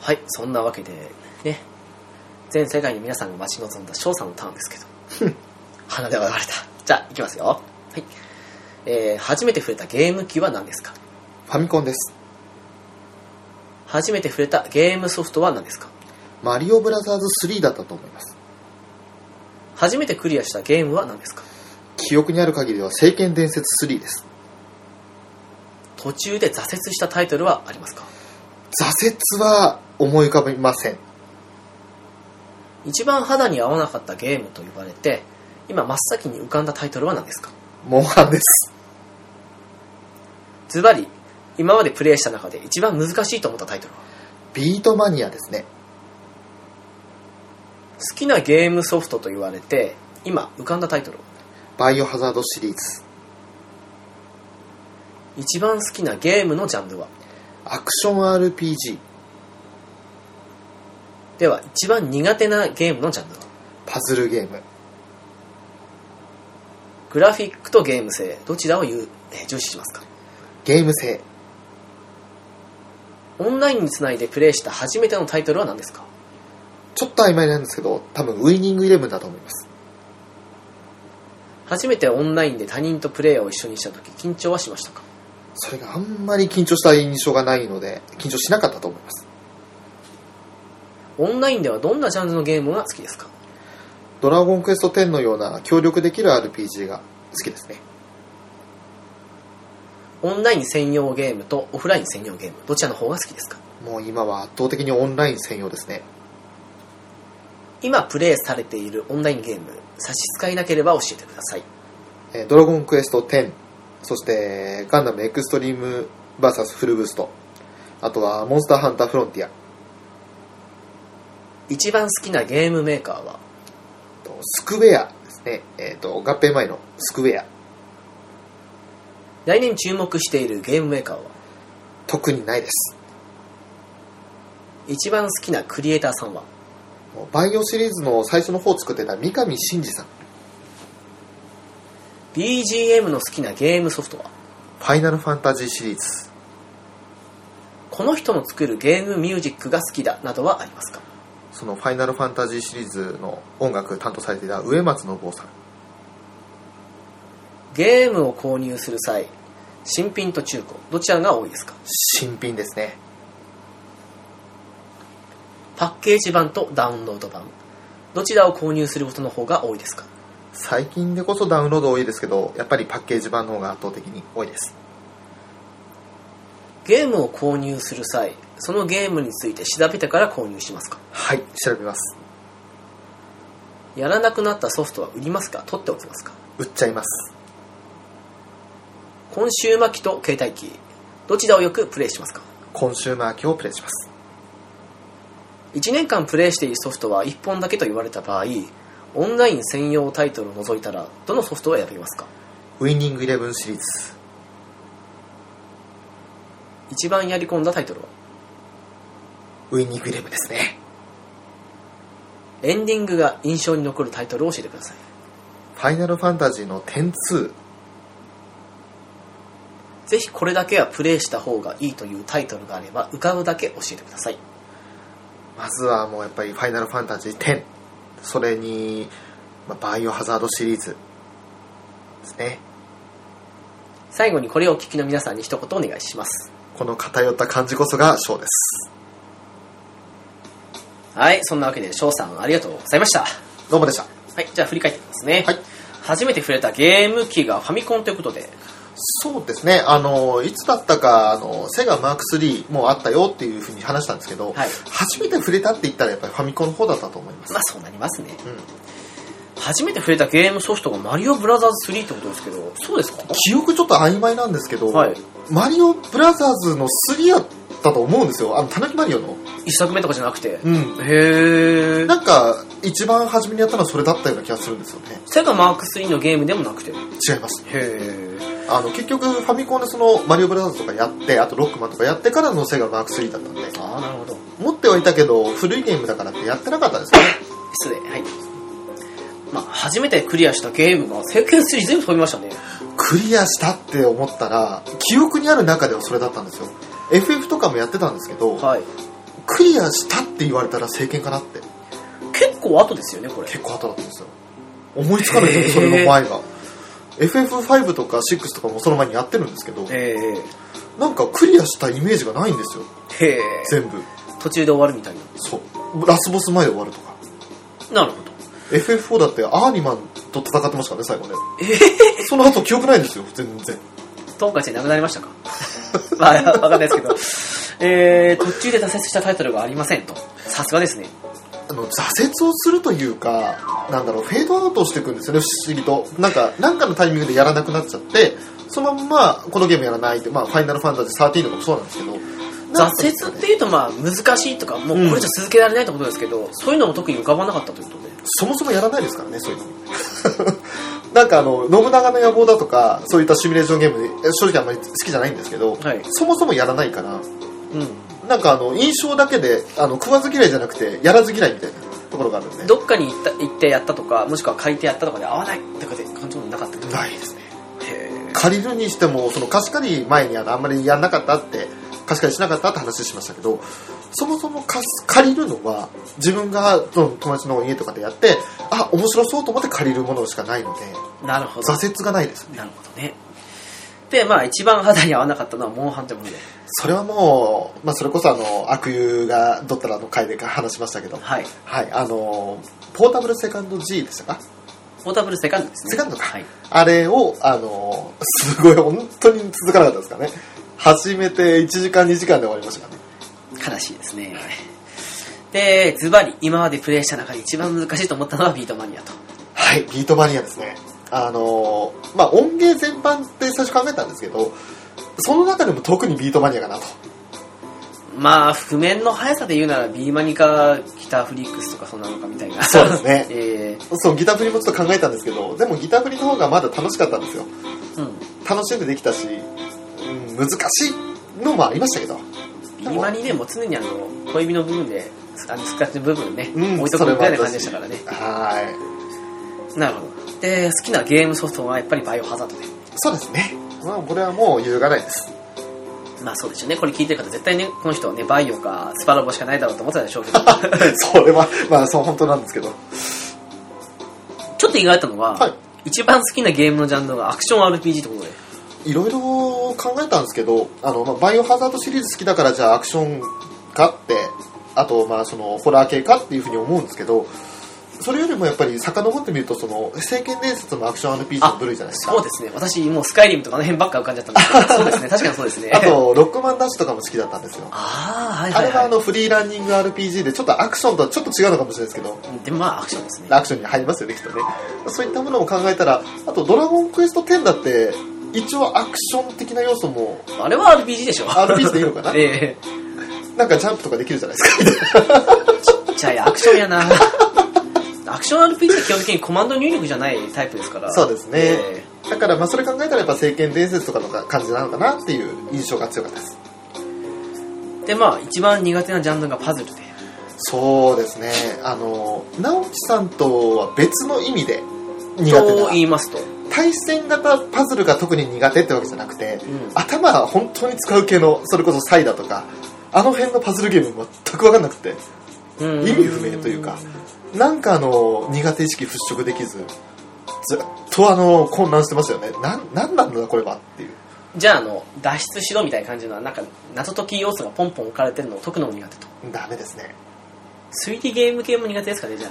はいそんなわけでね全世界に皆さんが待ち望んだ翔さんのターンですけど 鼻で笑われたじゃあいきますよはいえー、初めて触れたゲーム機は何ですか
ファミコンです。
初めて触れたゲームソフトは何ですか
マリオブラザーズ3だったと思います。
初めてクリアしたゲームは何ですか
記憶にある限りでは、聖剣伝説3です。
途中で挫折したタイトルはありますか
挫折は思い浮かびません。
一番肌に合わなかったゲームと呼ばれて今真っ先に浮かんだタイトルは何ですか
モンハンです。
ズバリ今までプレイした中で一番難しいと思ったタイトルは
ビートマニアですね。
好きなゲームソフトと言われて今浮かんだタイトル
バイオハザードシリーズ。
一番好きなゲームのジャンルは
アクション RPG。
では一番苦手なゲームのジャンルは
パズルゲーム。
グラフィックとゲーム性どちらを言う、えー重視しますか
ゲーム性。
オンラインにつないでプレイした初めてのタイトルは何ですか
ちょっと曖昧なんですけど、多分ウイニングイレブンだと思います。
初めてオンラインで他人とプレイヤーを一緒にした時緊張はしましたか
それがあんまり緊張した印象がないので、緊張しなかったと思います。
オンラインではどんなジャンルのゲームが好きですか
ドラゴンクエスト10のような協力できる RPG が好きですね。
オンライン専用ゲームとオフライン専用ゲームどちらの方が好きですか
もう今は圧倒的にオンライン専用ですね。
今プレイされているオンラインゲーム差し支えなければ教えてください
えードラゴンクエスト10、そしてガンダムエクストリーム VS フルブースト、あとはモンスターハンターフロンティア、
一番好きなゲームメーカーは
とスクウェアですね。えっ、と、合併前のスクウェア。
来年注目しているゲームメーカーは
特にないです。
一番好きなクリエイターさんは
もうバイオシリーズの最初の方を作ってた三上真司さん。フ
BGM の好きなゲームソフトは
ァイナルファンタジーシリーズ。
この人の作るゲームミュージックが好きだなどはありますか
そのファイナルファンタジーシリーズの音楽担当されていた植松信夫さん。
ゲームを購入する際新品と中古どちらが多いですか
新品ですね。
パッケージ版とダウンロード版どちらを購入することの方が多いですか
最近でこそダウンロード多いですけど、やっぱりパッケージ版の方が圧倒的に多いです。
ゲームを購入する際そのゲームについて調べてから購入しますか
はい、調べます。
やらなくなったソフトは売りますか取っておきますか
売っちゃいます。
コンシューマ機と携帯機どちらをよくプレイしますか
コンシューマー機をプレイします。
1年間プレイしているソフトは1本だけと言われた場合オンライン専用タイトルを除いたらどのソフトを選びますか
ウイニングイレブンシリーズ。
一番やり込んだタイトルは
ウイニングイレブンですね。
エンディングが印象に残るタイトルを教えてください
ファイナルファンタジーの102。
ぜひこれだけはプレイした方がいいというタイトルがあれば浮かぶだけ教えてください
まずはもうやっぱりファイナルファンタジー10。それに、まあバイオハザードシリーズ。ですね。
最後にこれをお聞きの皆さんに一言お願いします
この偏った感じこそがショーです。
はいそんなわけで翔さんありがとうございましたは
どうもでした。
いじゃあ振り返っていきますね、
はい
初めて触れたゲーム機がファミコンということで
そうですね、あのいつだったかあのセガマーク3もうあったよっていうふうに話したんですけど、
はい
初めて触れたって言ったらやっぱりファミコンの方だったと思います、
まあそうなりますね、
うん
初めて触れたゲームソフトがマリオブラザーズ3ってことですけど、そうですか
記憶ちょっと曖昧なんですけど、
はい。
マリオブラザーズの3やったと思うんですよ。あの、たぬきマリオの。
一作目とかじゃなくて。
うん。
へー。
なんか、一番初めにやったのはそれだったような気がするんですよね。
セガマーク3のゲームでもなくて。へ
違います。
ー。
あの、結局、ファミコンでその、マリオブラザーズとかやって、あとロックマンとかやってからのセガマーク3だったんで、
ああ、なるほど。
持ってはいたけど、古いゲームだからってやってなかったですよね。
失礼。はい。まあ、初めてクリアしたゲームが、聖剣3全部飛びましたね。
クリアしたって思ったら、記憶にある中ではそれだったんですよ。FF とかもやってたんですけど、
はい。
クリアしたって言われたら聖剣かなって、
結構後ですよね、これ。
結構後だったんですよ。思いつかないですよ、それの前が。FF5 とか6とかもその前にやってるんですけど、
へー。
なんかクリアしたイメージがないんですよ、
へー。
全部。
途中で終わるみたいな。
そう。ラスボス前で終わるとか。
なるほど。
FF4 だってアーニマンと戦ってましたからね、最後ね。その後記憶ないんですよ、全然。
トンカチでなくなりましたか まあ、わかんないですけど。えー、途中で挫折したタイトルがありませんと。さすがですね。
あの、挫折をするというか、なんだろう、フェードアウトしていくんですよね、不思議と。なんか、なんかのタイミングでやらなくなっちゃって、そのまんま、このゲームやらないって、まあ、ファイナルファンタジー13とかもそうなんですけど。なんていうんです
挫
か
折
ね
っていうと、まあ、難しいとか、もうこれじゃ続けられないってことですけど、そういうのも特に浮かばなかったということで。
そもそもやらないですからね、そういうの。 なんかあの、信長の野望だとか、そういったシミュレーションゲームで、え正直あんまり好きじゃないんですけど、
はい
そもそもやらないから、
うん。
なんかあの、印象だけで、あの、食わず嫌いじゃなくて、やらず嫌いみたいなところがあるんで。
どっかに行った行ってやったとか、もしくは書いてやったとかで合わないってことで感じもなかったと
ないですね。
へー
借りるにしても、その貸し借り前にあの、あんまりやんなかったって、貸し借りしなかったって話しましたけど、そもそも貸す借りるのは、自分がその友達の家とかでやって、あ、面白そうと思って借りるものしかないので、
なるほど。
挫折がないです。
なるほどね。で、まあ、一番肌に合わなかったのはモンハンということで。
それはもう、まあ、それこそあの、悪友がどったらの回で話しましたけど、
はい。
はい、あの、ポータブルセカンド G でしたか
ポータブルセカンドですね。
セカンドか
はい。
あれを、あのすごい、本当に続かなかったですからね。始めて1時間、2時間で終わりましたからね。
悲しいですね。で、ズバリ、今までプレイした中で一番難しいと思ったのはビートマニアと。
はい、ビートマニアですね。あのまあ、音源全般って最初考えたんですけど、その中でも特にビートマニアかなと。
まあ、譜面の速さで言うなら、ビーマニか、ギターフリックスとかそんなのかみたいな。
そうですね
え
そう、ギター振りもちょっと考えたんですけど、でもギター振りの方がまだ楽しかったんですよ。
ーうん。
楽しんでできたし、うん難しいのもありましたけど。
ビーマニでもう常にあの、小指の部分で、あの、スクラッチの部分ね、
うん
置いとくみたいな感じでしたからね。
はい。
なるほど。で、好きなゲームソフトはやっぱりバイオハザードで。
そうですね。まあ、これはもう揺るがないです。
まあそうでしょうね。これ聞いてる方、絶対ね、この人はね、バイオか、スパロボしかないだろうと思ってたでしょうけ ど、
それは、まあ、そう、本当なんですけど。
ちょっと意外だったのは、
はい
一番好きなゲームのジャンルがアクション RPG ってことで。
いろいろ考えたんですけどあの、まあ、バイオハザードシリーズ好きだからじゃあアクションかってあとまあそのホラー系かっていうふうに思うんですけどそれよりもやっぱり遡ってみるとその「聖剣伝説」のアクション RPG の部類じゃないですか
そうですね。私、もうスカイリムとかあの辺ばっか浮かんじゃったんですけ ど、そうですね。確かにそうですね。
あ、と「ロックマンダッシュ」とかも好きだったんですよ
ああ、はい
あ
はい、
れ
はい。
はあのフリーランニング RPG でちょっとアクションとはちょっと違うのかもしれないですけど
でもまあ、アクションですね。
アクションに入りますよねきっとねそういったものも考えたらあと「ドラゴンクエスト10」だって一応アクション的な要素も
あれは RPG でしょ。
RPG でいいのかな
ええ
なんかジャンプとかできるじゃないですか
じゃあ、アクションやな。 アクション RPG は基本的にコマンド入力じゃないタイプですから。
そうですね
え
だからまあそれ考えたらやっぱ聖剣伝説とかの感じなのかなっていう印象が強かったです
えで、まあ、一番苦手なジャンルがパズルで。
そうですねあの直樹さんとは別の意味で苦
と
手
言
ない
ますと。
対戦型パズルが特に苦手ってわけじゃなくて、
ん
頭は本当に使う系のそれこそサイだとかあの辺のパズルゲーム全く分かんなくて
うん
意味不明というかなんかあの苦手意識払拭できずずっとあの混乱してましたよねなんなんなんだこれはっていう
じゃあ、あの、脱出しろみたいな感じの、なんか、謎解き要素がポンポン置かれてるのを解くのも苦手と。
ダメですね
3D ゲーム系も苦手ですかね、じゃ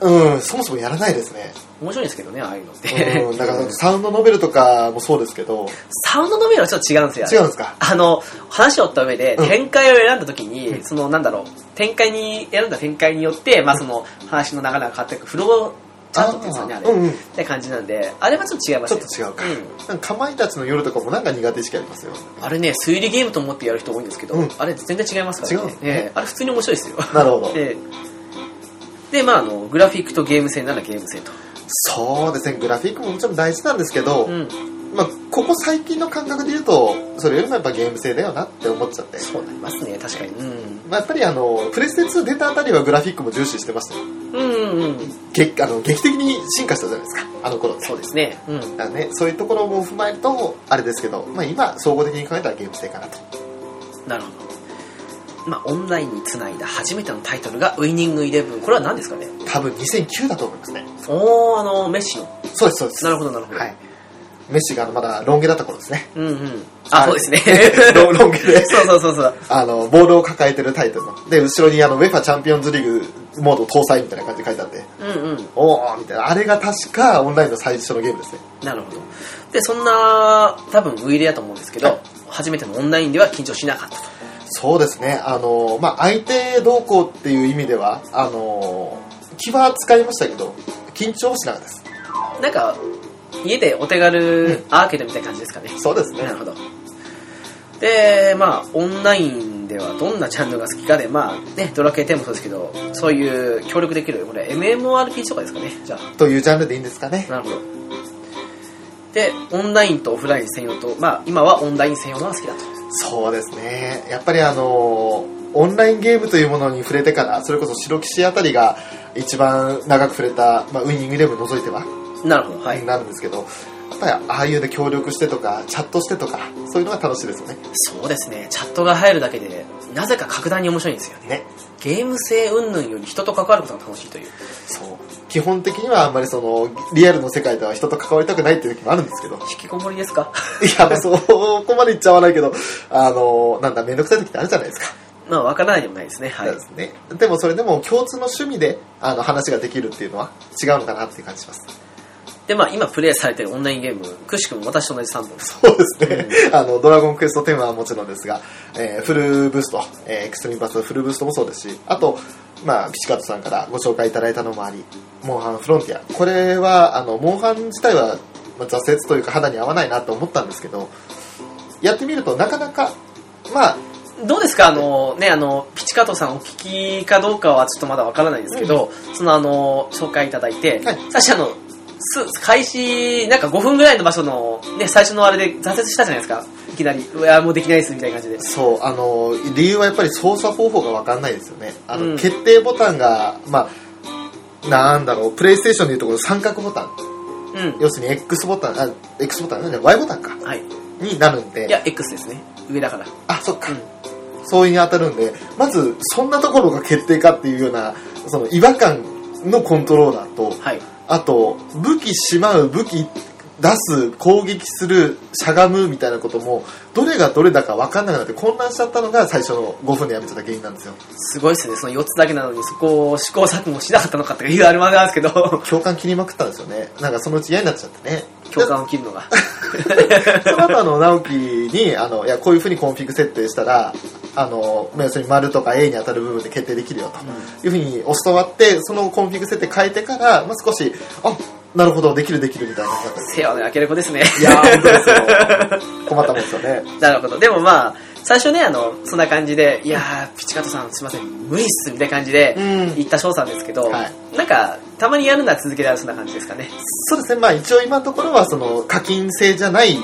あ。
うんそもそもやらないですね
面白いんですけどね、ああいうのって。
うん、だからサウンドノベルとかもそうですけど、
サウンドのメールはちょっと違うんですよ。
違うんですか
あの、話を追った上で、
うん
展開を選んだ時に、その、なんだろう、展開に、選んだ展開によって、まあその、話の流れが変わっていく、フローチャートっていうんですかね、あれ。
うんうん
って感じなんで、あれはちょっと違いますね。
ちょっと違う
うん
なんかかまいたちの夜とかもなんか苦手意識ありますよ
あれね、推理ゲームと思ってやる人多いんですけど、
うん
あれ全然違いますからね。
違うんですね
ええあれ普通に面白いですよ。
なるほど
ええで、まああの、グラフィックとゲーム性ならゲーム性と。
そうですねグラフィックももちろん大事なんですけど、
うん。
まあ、ここ最近の感覚で言うとそれよりもやっぱゲーム性だよなって思っちゃって、
そうなりますね、確かに。うん。
まあ、やっぱりあのプレステ2出たあたりはグラフィックも重視してましたよ
うんうんうん。
劇あの劇的に進化したじゃないですかあの頃って
そうですね。うん。
だからね、そういうところも踏まえるとあれですけど、まあ、今総合的に考えたらゲーム性かなと
なるほど。まあ、オンラインにつないだ初めてのタイトルがウイニングイレブン。これは何ですかね
多分2009だと思いますね
おー、あの、メッシの。
そうですそうです
なるほど、なるほど。
はいメッシがあのまだロン毛だった頃ですね
うんうん。あ、
あ
そ
れ
うですね。
ロロン毛 で
そうそうそうそう。
あのボールを抱えてるタイトルので後ろにあのウェファチャンピオンズリーグモード搭載みたいな感じで書いてあって
うんうん。
おーみたいなあれが確かオンラインの最初のゲームですね
なるほど。で、そんな、多分ウイイレだと思うんですけど、
はい
初めてのオンラインでは緊張しなかったと。
そうですねあの、まあ、相手同行っていう意味ではあの気は使いましたけど緊張はしなかったです
なんか、家でお手軽アーケードみたいな感じですかね。
そうですね
なるほど。で、まあ、オンラインではどんなジャンルが好きかで、まあ、ね、ドラクエ10もそうですけど、そういう協力できる、これ MMORPG とかですかね、じゃ
というジャンルでいいんですかね
あ。なるほど。で、オンラインとオフライン専用と、まあ、今はオンライン専用のが好きだと。
そうですねやっぱりあのオンラインゲームというものに触れてからそれこそ白騎士あたりが一番長く触れた、まあ、ウイニングイレブン除いては
なるほど、はい。
になるんですけど、やっぱりああいうで協力してとかチャットしてとかそういうのが楽しいですよね
そうですね、チャットが入るだけで、なぜか格段に面白いんですよね。
ね
ゲーム性云々より人と関わることが楽しいという。
そう基本的にはあんまりそのリアルの世界では人と関わりたくないっていう時もあるんです けど
引きこもりですか
いやまあそこまで言っちゃわないけどあのなんだ面倒くさい時ってあるじゃないですか
まあ、わからないでもないですね、はい
で。すねでもそれでも共通の趣味であの話ができるっていうのは違うのかなっていう感じします
で、まあ、今プレイされてるオンラインゲーム、くしくも私と同じ3本です。
そうですね、あのドラゴンクエスト10はもちろんですが、えーフルブースト、えーエクストリームバスフルブーストもそうですしあと、まあ、ピチカートさんからご紹介いただいたのもありモンハンフロンティアこれはあのモンハン自体は、まあ、挫折というか肌に合わないなと思ったんですけどやってみるとなかなかまあ
どうですかあの、ね、あの、ピチカートさんお聞きかどうかはちょっとまだわからないですけど、そのあの、紹介いただいて、
はい
最初あの、す開始、なんか5分ぐらいの場所の、ね、最初のあれで挫折したじゃないですか。いきなり、うわ、もうできないです、みたいな感じで。
そうあの理由はやっぱり操作方法が分かんないですよねあの、
うん
決定ボタンがまあなんだろうプレイステーションでいうところの三角ボタン
う
要するに X ボタンあ X ボタンなんだ Y ボタンか
ん。はい。
になるんで
いや、X ですね。上だから。
あそっか、
うん
そういうに当たるんでまずそんなところが決定かっていうようなその違和感のコントローラーと
はい。
あと武器しまう武器出す攻撃するしゃがむみたいなこともどれがどれだか分かんなくなって混乱しちゃったのが最初の5分でやめちゃった原因なんですよ
すごいですね。その4つだけなのに、そこを試行錯誤しなかったのかっていうあれもあるんですけど、
共感切りまくったんですよねなんかそのうち嫌になっちゃってね
共感を切るのが。
その後あの直樹にあのいやこういうふうにコンフィグ設定したらあのまあ要するに丸とか A に当たる部分で決定できるよというふうに教わってそのコンフィグ設定変えてから、まあ、少しあなるほどできるできるみたいな感じだったんです
世話の焼ける子ですね。
いやー本当ですよ困ったもんですよね
なるほど。でもまあ、最初ね、あの、そんな感じで、いやー、ピチカートさんすいません、無理っす、みたいな感じで
うん、
言った翔さんですけど、
は
なんか、たまにやるなら続けられるそんな感じですかね。
そうですねまあ一応今のところはその課金制じゃない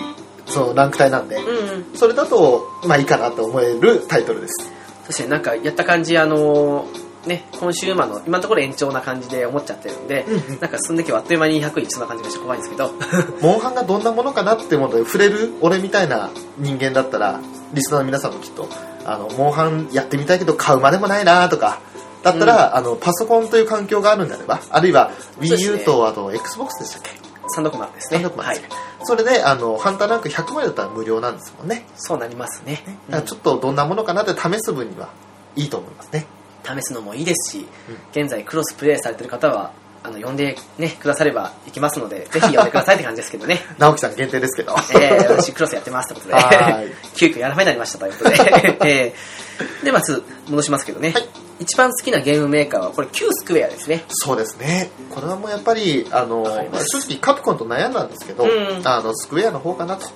そのランク帯なんで
うんうん。
それだとまあいいかなと思えるタイトルです
そしてなんか、やった感じ、あのーね、今週馬の今のところ延長な感じで思っちゃってるんで、
うんうん
なんか進んできはあっという間に100いきそうな感じがして怖いんですけど
モンハンがどんなものかなってもので触れる俺みたいな人間だったらリスナーの皆さんもきっとあのモンハンやってみたいけど買うまでもないなとかだったら、あのパソコンという環境があるんであればあるいは
うですね
WiiU とあと XBOX でしたっけ
三六丸ですね
単独マ
は
ン
い
ですね、それであのハンターランク100までだったら無料なんですもんね
そうなりますね、
だからちょっとどんなものかなって試す分にはいいと思いますね
試すのもいいですし、現在クロスプレイされてる方はあの呼んで、ね、くだされば行きますのでぜひ呼んでくださいって感じですけどね
直樹さん限定ですけど、
えー、私クロスやってますってことで
はーい
急遽やらめになりましたということで、えーでまず戻しますけどね、
はい
一番好きなゲームメーカーは、これ、旧スクエアですね。
そうですね。これはもうやっぱり、あの、
わかります
正直カプコンと悩んだんですけど、
うん
あの、スクエアの方かなと。
いや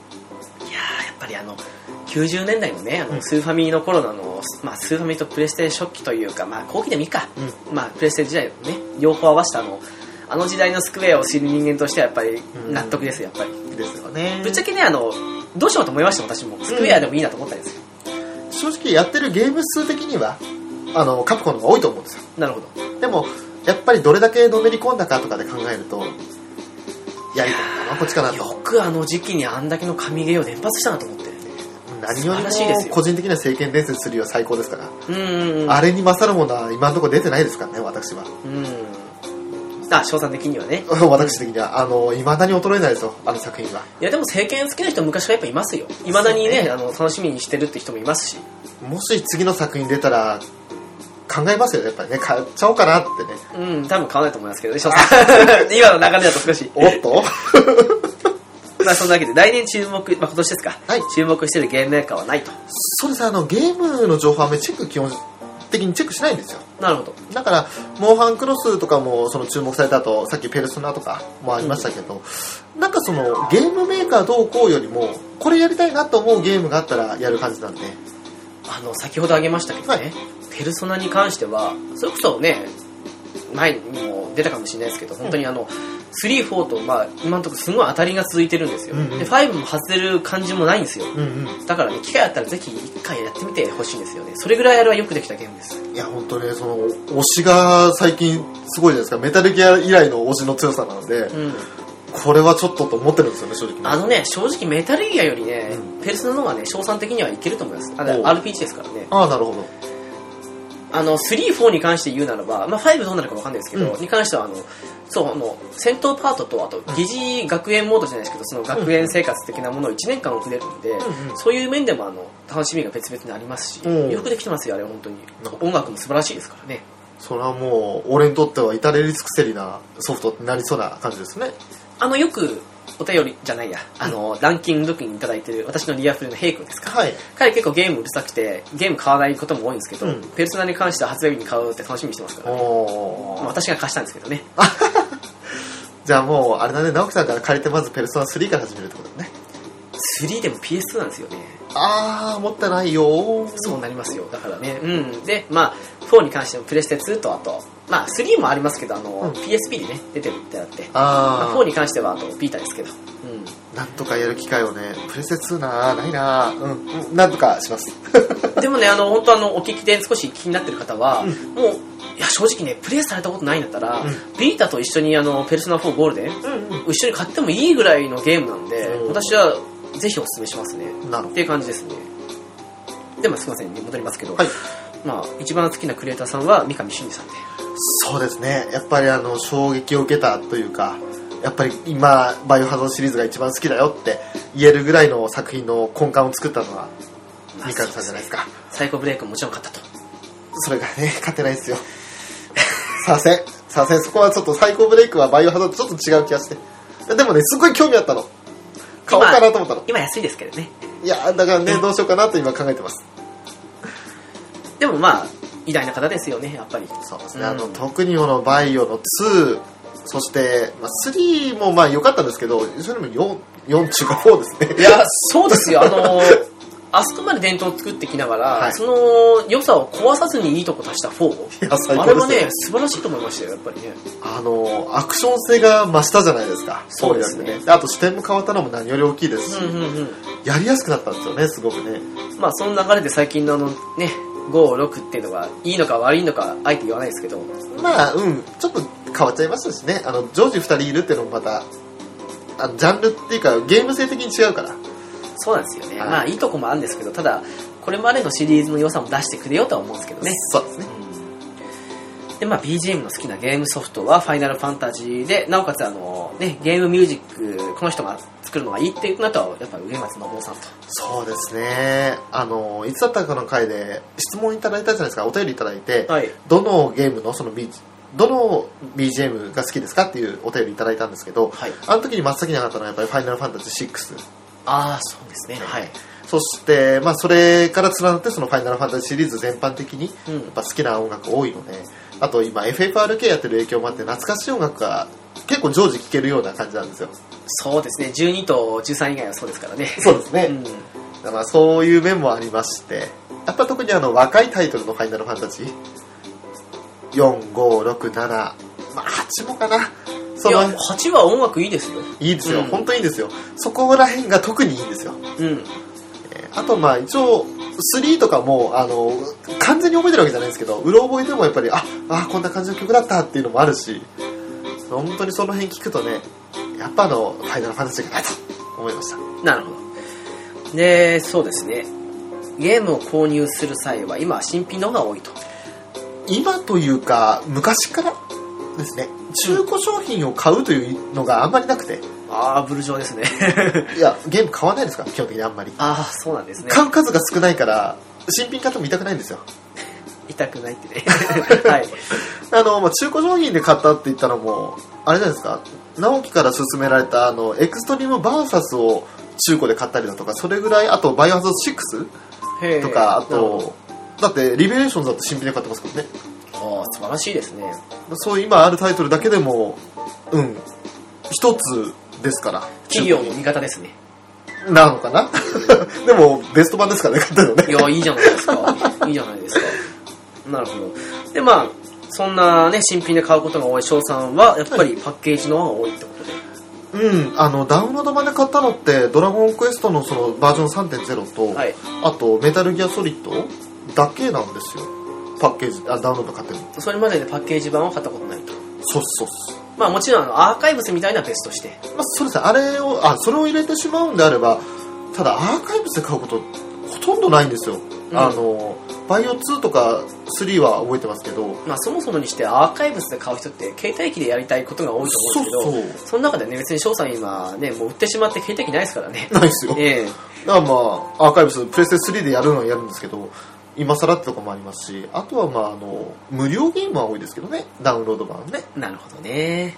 ーやっぱりあの、90年代のね、あ
う
の
ん
スーファミの頃のあの、まあ、スーファミとプレステ初期というか、まあ、後期でもいいか。
うん。
まあ、プレステ時代のね、両方合わせたあの、あの時代のスクエアを知る人間としてはやっぱり
ん
納得ですよ、やっぱり。
ですよね。
ぶっちゃけね、あの、どうしようと思いました、私も。スクエアでもいいなと思ったんですよ。
正直やってるゲーム数的には、あの、カプコンの方が多いと思うんですよ。
なるほど。い
でも、やっぱりどれだけのめり込んだかとかで考えると、やりたいかな、こっちかな
やよ
と。
くあの時期にあんだけの神ゲーを連発したなと思って。
何
素
よ
晴
りも
らしいですよ
個人的な政権伝説するよは最高ですから、
うんうんうん。
あれに勝るものは今のところ出てないですからね、私は。
うん。あ、翔さん的にはね。
私的には、あの、未だに衰えないですよ、あの作品は。
いや、でも政権好きな人昔からやっぱいますよ。未だにね、あの、楽しみにしてるって人もいますし。
もし次の作品出たら、考えますよね、やっぱりね、買っちゃおうかなってね。
うん、多分買わないと思いますけどね、翔さん。 今の流れだと少し。
おっと
まあそんなわけで、来年注目、まあ今年ですか。
はい
注目してるゲームメーカーはないと。
それさ、あの、ゲームの情報はあんまりチェック、基本的にチェックしないんですよ。
なるほど。
だから、モンハンクロスとかもその注目された後、さっきペルソナとかもありましたけど、なんかそのゲームメーカーどうこうよりも、これやりたいなと思うゲームがあったらやる感じなんで、
あの、先ほど挙げましたけどね、
はい
ペルソナに関しては、それこそね、前にも出たかもしれないですけど、本当にあの、3、4と、まあ、今のところすごい当たりが続いてるんですよ。
うんうん
で、5も外れる感じもないんですよ。
うん
だからね、機会あったらぜひ一回やってみてほしいんですよね。それぐらいあれはよくできたゲームです。
うん。いや、本当ね、その、推しが最近すごいじゃないですか、メタルギア以来の推しの強さなので
う、ん。
これはちょっとと思ってるんですよね、正直ね。
あのね、正直メタルギアよりね、
う
ペルソナの方がね、賞賛的にはいけると思います。あ
おう
の、RPG ですからね。
ああ、なるほど。
あの、3、4に関して言うならば、まあ、5どうなるかわかんないですけど、
う
に関しては、あの、そう、あの、戦闘パートと、あと、疑似学園モードじゃないですけど、その学園生活的なものを1年間送れるんで、
んうん
そういう面でも、あの、楽しみが別々にありますし、
うん
よくできてますよ、あれ、本当に
なるほ。
音楽も素晴らしいですからね。
それはもう、俺にとっては至れり尽くせりなソフトになりそうな感じですね。
あの、よく、お便りじゃないや、あの、ランキングの時にいただいてる、私のリアフルのヘイ君ですか。
はい。
彼結構ゲームうるさくて、ゲーム買わないことも多いんですけど、
うん
ペルソナに関しては発売日に買うって楽しみにしてますから、ね、
お
ま
ー
あ私が貸したんですけどね。
じゃあもう、あれだね、直樹さんから借りてまずペルソナ3から始めるってことだね。
3でも PS2 なんですよね。
あー、持ってないよ
そうなりますよ。だからね。うん。で、まあ、4に関してもプレステ2とあと、まあ、3もありますけど、あの、
うん
PSP でね、出てるってあって。ま
あ
あ、
ー、
4に関しては、あと、ビータですけど。うん。
なんとかやる機会をね、プレステ2なー、ないなー、うん、うん、なんとかします。
でもね、あの、本当あの、お聞きで少し気になってる方は、もう、いや、正直ね、プレイされたことないんだったら、
うん
ビータと一緒に、あの、ペルソナ4ゴールデン、
うん、
一緒に買ってもいいぐらいのゲームなんで、
うん
私は、ぜひお勧めしますね。
うん。なる
っ
ほ
ていう感じですね。でも、すいません、戻りますけど、
ど。はい。
まあ、一番好きなクリエイターさんは、三上真司さんで。
そうですね、やっぱりあの、衝撃を受けたというか、やっぱり今、バイオハザードシリーズが一番好きだよって言えるぐらいの作品の根幹を作ったのは、三上さんじゃないですか。
サイコブレイクももちろん買ったと。
それがね、勝てないですよ。 させん、させん、そこはちょっと最高ブレイクはバイオハザードとちょっと違う気がして。でもね、すごい興味あったの。買おうかなと思ったの。
今安いですけどね。
いや、だからね、どうしようかなと今考えてます。
でもまあ、偉大な方ですよね、やっぱり。
そうです
ね
ね、
あ
あ
の
の、特にこのバイオの2、そして、まあ、3もまあ良かったんですけど、それでも4、4中か4ですね。
いや、そうですよ、あの、あそこまで伝統を作ってきながら、
はい
その良さを壊さずにいいとこ足した
いや最
4。あれ
高ですよ
はね、素晴らしいと思いましたよ、やっぱりね。
あの、アクション性が増したじゃないですか。
そうですね
こいのってあと視点も変わったのも何より大きいですし、
うんうん
やりやすくなったんですよね、すごくね。
うん。まあ、その流れで最近のあの、ね、5、6っていうのが、いいのか悪いのか、あえて言わないですけど、
まあ、うん、ちょっと変わっちゃいましたしね、あの常時2人いるっていうのもまた、あのジャンルっていうか、ゲーム性的に違うから、
そうなんですよね。
はい
まあ、いいとこもあるんですけど、ただ、これまでのシリーズの良さも出してくれようとは思うんですけどね。
そうですね、
で、まあ、BGM の好きなゲームソフトは、ファイナルファンタジーで、なおかつ、あの、ね、ゲームミュージック、この人が作るのがいいっていうなとは、やっぱ、上松信夫さんと。
そうですね、あのいつだったかの回で、質問いただいたじゃないですか、お便りいただいて、
はい。
どのゲームのその、B、どの BGM が好きですかっていうお便りいただいたんですけど、
はい。
あの時に真っ先に上がったのは、やっぱりファイナルファンタジー6。
ああ、そうですね。はい。
そして、まあ、それから連なってその「ファイナルファンタジー」シリーズ全般的に
う
やっ
ん
ぱ好きな音楽多いのであと今 FFRK やってる影響もあって懐かしい音楽が結構常時聴けるような感じなんですよ
そうですね12と13以外はそうですからね
そうですね
ん
まあ、そういう面もありましてやっぱ特にあの若いタイトルの「ファイナルファンタジー」4567まあ8もかないそ
や
の
8は音楽いいですよ
いいですよ、
うん
本当にいいんですよそこら辺が特にいいんですよ
うん
えーあとまあ一応3とかもあの完全に覚えてるわけじゃないんですけどうろ覚えでもやっぱりああこんな感じの曲だったっていうのもあるし本当にその辺聞くとねやっぱあの「ファイナルファンタジー」かなと思いました
なるほどでそうですねゲームを購入する際は今は新品の方が多いと
今というか昔からですね中古商品を買うというのがあんまりなくて
ああブル状 ですね
いやゲーム買わないですから基本的にあんまり
ああそうなんですね
買う数が少ないから新品買っても痛くないんですよ
痛くないってね はい
あの、まあ、中古商品で買ったって言ったらもう、あれじゃないですか、直樹から勧められた、あの、エクストリームバーサスを中古で買ったりだとか、それぐらい、あと、バイオハザード
へ
6
ー
とか、あ
なるほ
と、だって、リベレーションズだと新品で買ってますからね。
どああ素晴らしいですね
そういう今あるタイトルだけでも、うん、一つですから。
企業の味方ですね
なのかな でも、ベスト版ですからね、買ったの
い
ね。
やいいじゃないですか いいじゃないですかなるほどでまあそんなね新品で買うことが多い翔さんはやっぱりパッケージの方が多いってことで、
うん、あの、ダウンロード版で買ったのって、ドラゴンクエストのそのバージョン3.0と、
はい
あと、メタルギアソリッドだけなんですよ。パッケージ、あ、ダウンロード買ってるの。
それまででパッケージ版を買ったことないと
そうっすそうっす。
まあもちろんあのアーカイブスみたいなベースとして
まあ、そうですね。あれを、あ、それを入れてしまうんであれば、ただ、アーカイブスで買うこと、ほとんどないんですよ。
ん
あの、バイオ2とか3は覚えてますけど、
まあそもそもにしてアーカイブスで買う人って携帯機でやりたいことが多いと
そう
思うんですけど
そう。
その中でね別に翔さん今ねもう売ってしまって携帯機ないですから ね
ないですよ。だか
ええ
らまあ、アーカイブス、プレステ3でやるのはやるんですけど、今更ってとこもありますし、あとはまあ、あの、無料ゲームは多いですけどね、ダウンロード版ね。
なるほどね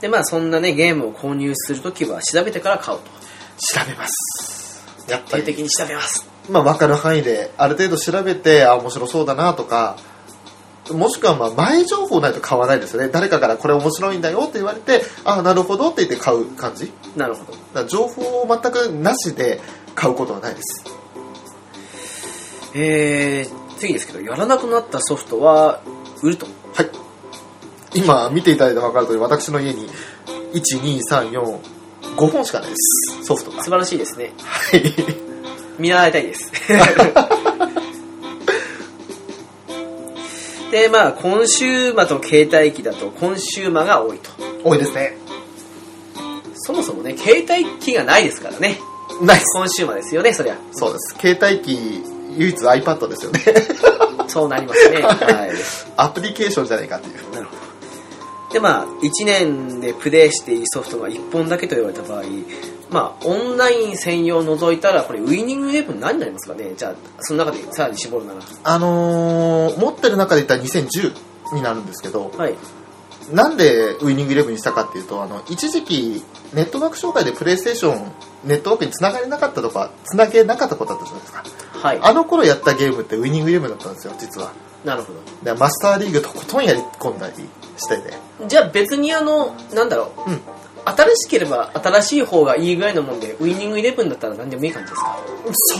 でまあそんなねゲームを購入するときは調べてから買うと
調べます。やっ
徹
ぱ
底
り
的に調べます
まあ、分かる範囲である程度調べてあ面白そうだなとかもしくはまあ前情報ないと買わないですよね誰かからこれ面白いんだよって言われてあなるほどって言って買う感じだか
なるほど
ら情報を全くなしで買うことはないです
えー、次ですけど、やらなくなったソフトは売ると。
はい今見ていただいて分かる通り私の家に12345本しかないですソフトが
素晴らしいですね。
はい
見習いたい です。で、まあ、コンシューマと携帯機だと、コンシューマが多いと。
多いですね
そもそもね、携帯機がないですからね。
ナイス
コンシューマですよね、そりゃ。
そうです携帯機唯一 iPad ですよね
そうなります ね。はい。
アプリケーションじゃないかっていう
なるほど。で、まあ、1年でプレイしていいソフトが1本だけと言われた場合、まあ、オンライン専用を除いたら、これ、ウィニングイレブン何になりますかねじゃあ、その中でさらに絞るなら。
あのー持ってる中で言ったら2010になるんですけど、
はい。
なんでウイニングイレブンにしたかっていうと、あの、一時期、ネットワーク障害でプレイステーション、ネットワークに繋がれなかったとか、繋げなかったことだったじゃないですか。
はい。
あの頃やったゲームってウイニングイレブンだったんですよ、実は。
なるほ
でマスターリーグとことんやり込んだりしてて。
ど。じゃあ、別にあの、なんだろう。
うん
新しければ新しい方がいいぐらいのもんで、ウィニングイレブンだったら何でもいい感じですか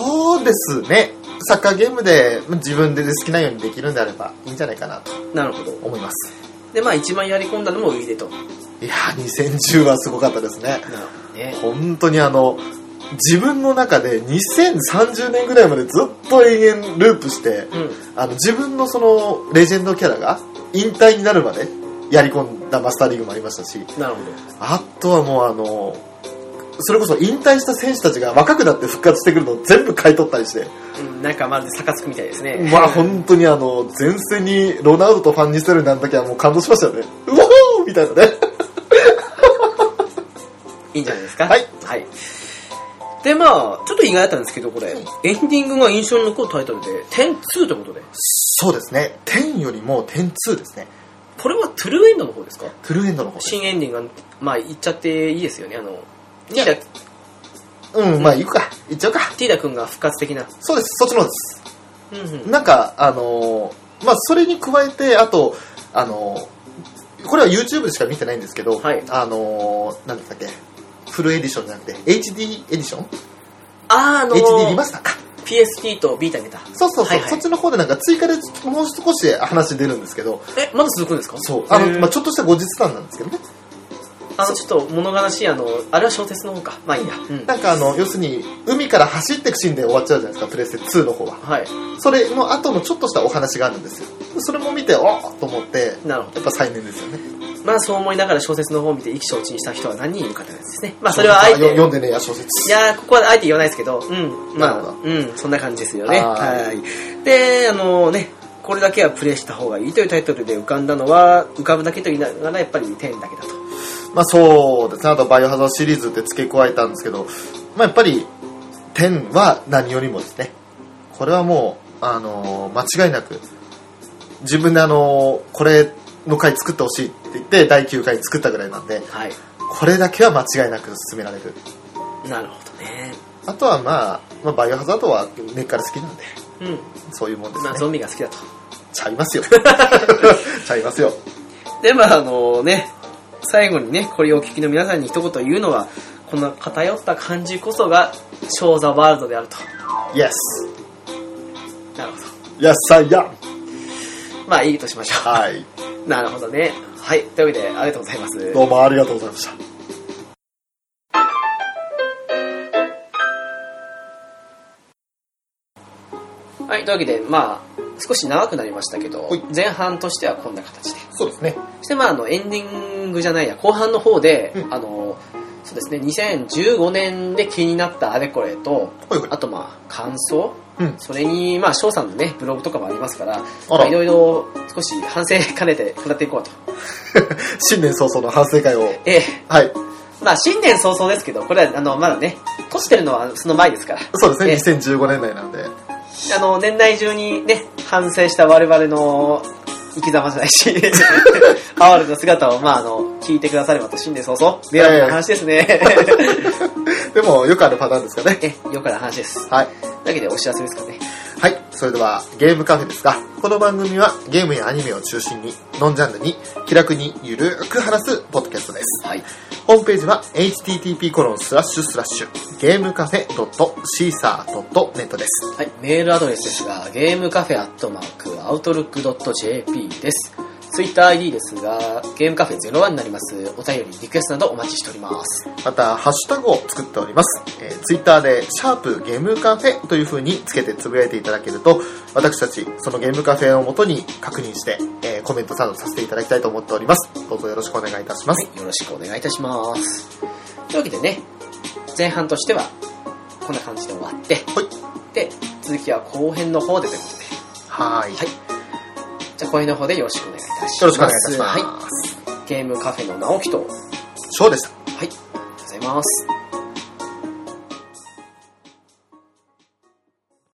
そうですね。サッカーゲームで自分で好きなようにできるんであればいいんじゃないかなと
なるほど。
思います。
で、まあ、一番やり込んだのもウィレと。
いやー、2010はすごかったですね。
なるほどね。
本当にあの自分の中で2030年ぐらいまでずっと永遠ループして
うん。
あの自分のそのレジェンドキャラが引退になるまでやり込んだマスターリーグもありましたし
なるほど。
あとはもうあのそれこそ引退した選手たちが若くなって復活してくるのを全部買い取ったりして
うん、なんかまるで逆つくみたいですね。
まあ本当にあの前線にロナウドとファンニステルになるだけはもう感動しましたよねうおーみたいなね
いいんじゃないですか。
はい。
はい。で、まあ、ちょっと意外だったんですけど、これ、エンディングが印象に残るタイトルで、点2ということで、
そうですね10よりも102ですね
これはトゥルーエンドの方ですか
トゥルーエンドの方です
新エンディングが、まあ、言っちゃっていいですよね。あの、
いや
キラ
うん、まあ行くか。行っちゃうか。
ティーダ君が復活的な。
そうです、そっちの方です。
うんうん。
なんか、あのーまあ、それに加えて、あと、あのーこれは YouTube でしか見てないんですけど、
はい
あのーなんだっけ、フルエディションじゃなくて、HD エディション、
あー、あの
?HD リマスターか。
PSP とビータに出た。
そうそうそう、
はいはい
そっちの方でなんか追加でもう少し話出るんですけど、
え、まだ続くんですか
そう、あ
へ
の、
ー
まあ、ちょっとした後日談なんですけどね。
あの、ちょっと物悲しい、あの、あれは小説の方か。まあいいや。うん。
なんかあの、要するに、海から走ってくシーンで終わっちゃうじゃないですか、プレステ2の方は。
はい。
それの後のちょっとしたお話があるんですよ。それも見て、おっと思って、
なるほど。
やっぱ再燃ですよね。
まあそう思いながら小説の方を見て意気消沈した人は何人いるかってやつですね。まあそれはあえ
よ
て。
読んでねえや、小説。
いやーここはあえて言わないですけど、うん、ま
なる
あ、
ほ
うん、そんな感じですよね。
は
は
ー
いで、あのね、これだけはプレイした方がいいというタイトルで浮かんだのは、浮かぶだけと言いながら、やっぱり10だけだと。
まあそうですね、あとバイオハザードシリーズって付け加えたんですけど、まあやっぱり、10は何よりもですね、これはもう、あのー間違いなく、自分であのーこれの回作ってほしいって言って、第9回作ったぐらいなんで、
はい。
これだけは間違いなく進められる。
なるほどね。
あとはまあ、まあ、バイオハザードは根っから好きなんで、
うん。
そういうもんです
ま
ね
あ。ゾンビが好きだと。
ちゃいますよ。 ちゃいますよ。
で、まああのね、最後にね、これをお聞きの皆さんに一言言うのは、この偏った感じこそが、ショーザワールドであると。
イエス
なるほど。
野菜や
まあいいとしましょう。
はい。
なるほどね。はい。というわけで、ありがとうございます。
どうもありがとうございました。
はい。というわけで、まあ、少し長くなりましたけど
はい、
前半としてはこんな形で。
そうですね。
そして、まあ、あの、エンディングじゃないや、後半の方で、
うん
あの、そうですね、2015年で気になったあれこれと、
はいはい
あと、まあ、感想
うん。
それに、まあ、翔さんのね、ブログとかもありますから、
ら
まあいろいろ少し反省兼ねて語っていこうと。
新年早々の反省会を。
ええ、
はい。
まあ、新年早々ですけど、これは、あの、まだね、撮ってるのはその前ですから、
そう
ええ
ですね。2015年代なんで。
あの、年内中にね、反省した我々の生き様じゃない し、哀れな姿を、まあ、あの、聞いてくださればと、新年早々、迷惑な話ですね。
でも、よくあるパターンですかね。
え、よくある話です。
はい。
だけでお知らせですかね。
はい。それでは、ゲームカフェですが、この番組はゲームやアニメを中心に、ノンジャンルに、気楽にゆるーく話すポッドキャストです。
はい。
ホームページは http コロンスラッシュスラッシュゲームカフェ .caesar.net です。
はい、メールアドレスですが、ゲームカフェアットマーク、アウトルックドット JP です。ツイッター ID ですが、ゲームカフェ01になります。お便り、リクエストなどお待ちしております。
また、ハッシュタグを作っております。えー、ツイッターで、シャープゲームカフェという風につけてつぶやいていただけると、私たち、そのゲームカフェをもとに確認して、えーコメントサードさせていただきたいと思っております。どうぞよろしくお願いいたしま
は
す。
い、よろしくお願いいたします。というわけでね、前半としては、こんな感じで終わって、
はい。
で、続きは後編の方でということで、
はい。
はいじゃあ後編の方でよろしくお願いいたします。
よろしくお願いいたします。
はい、ゲームカフェの直樹と、は
ショーでした。
い、ありがとうございます。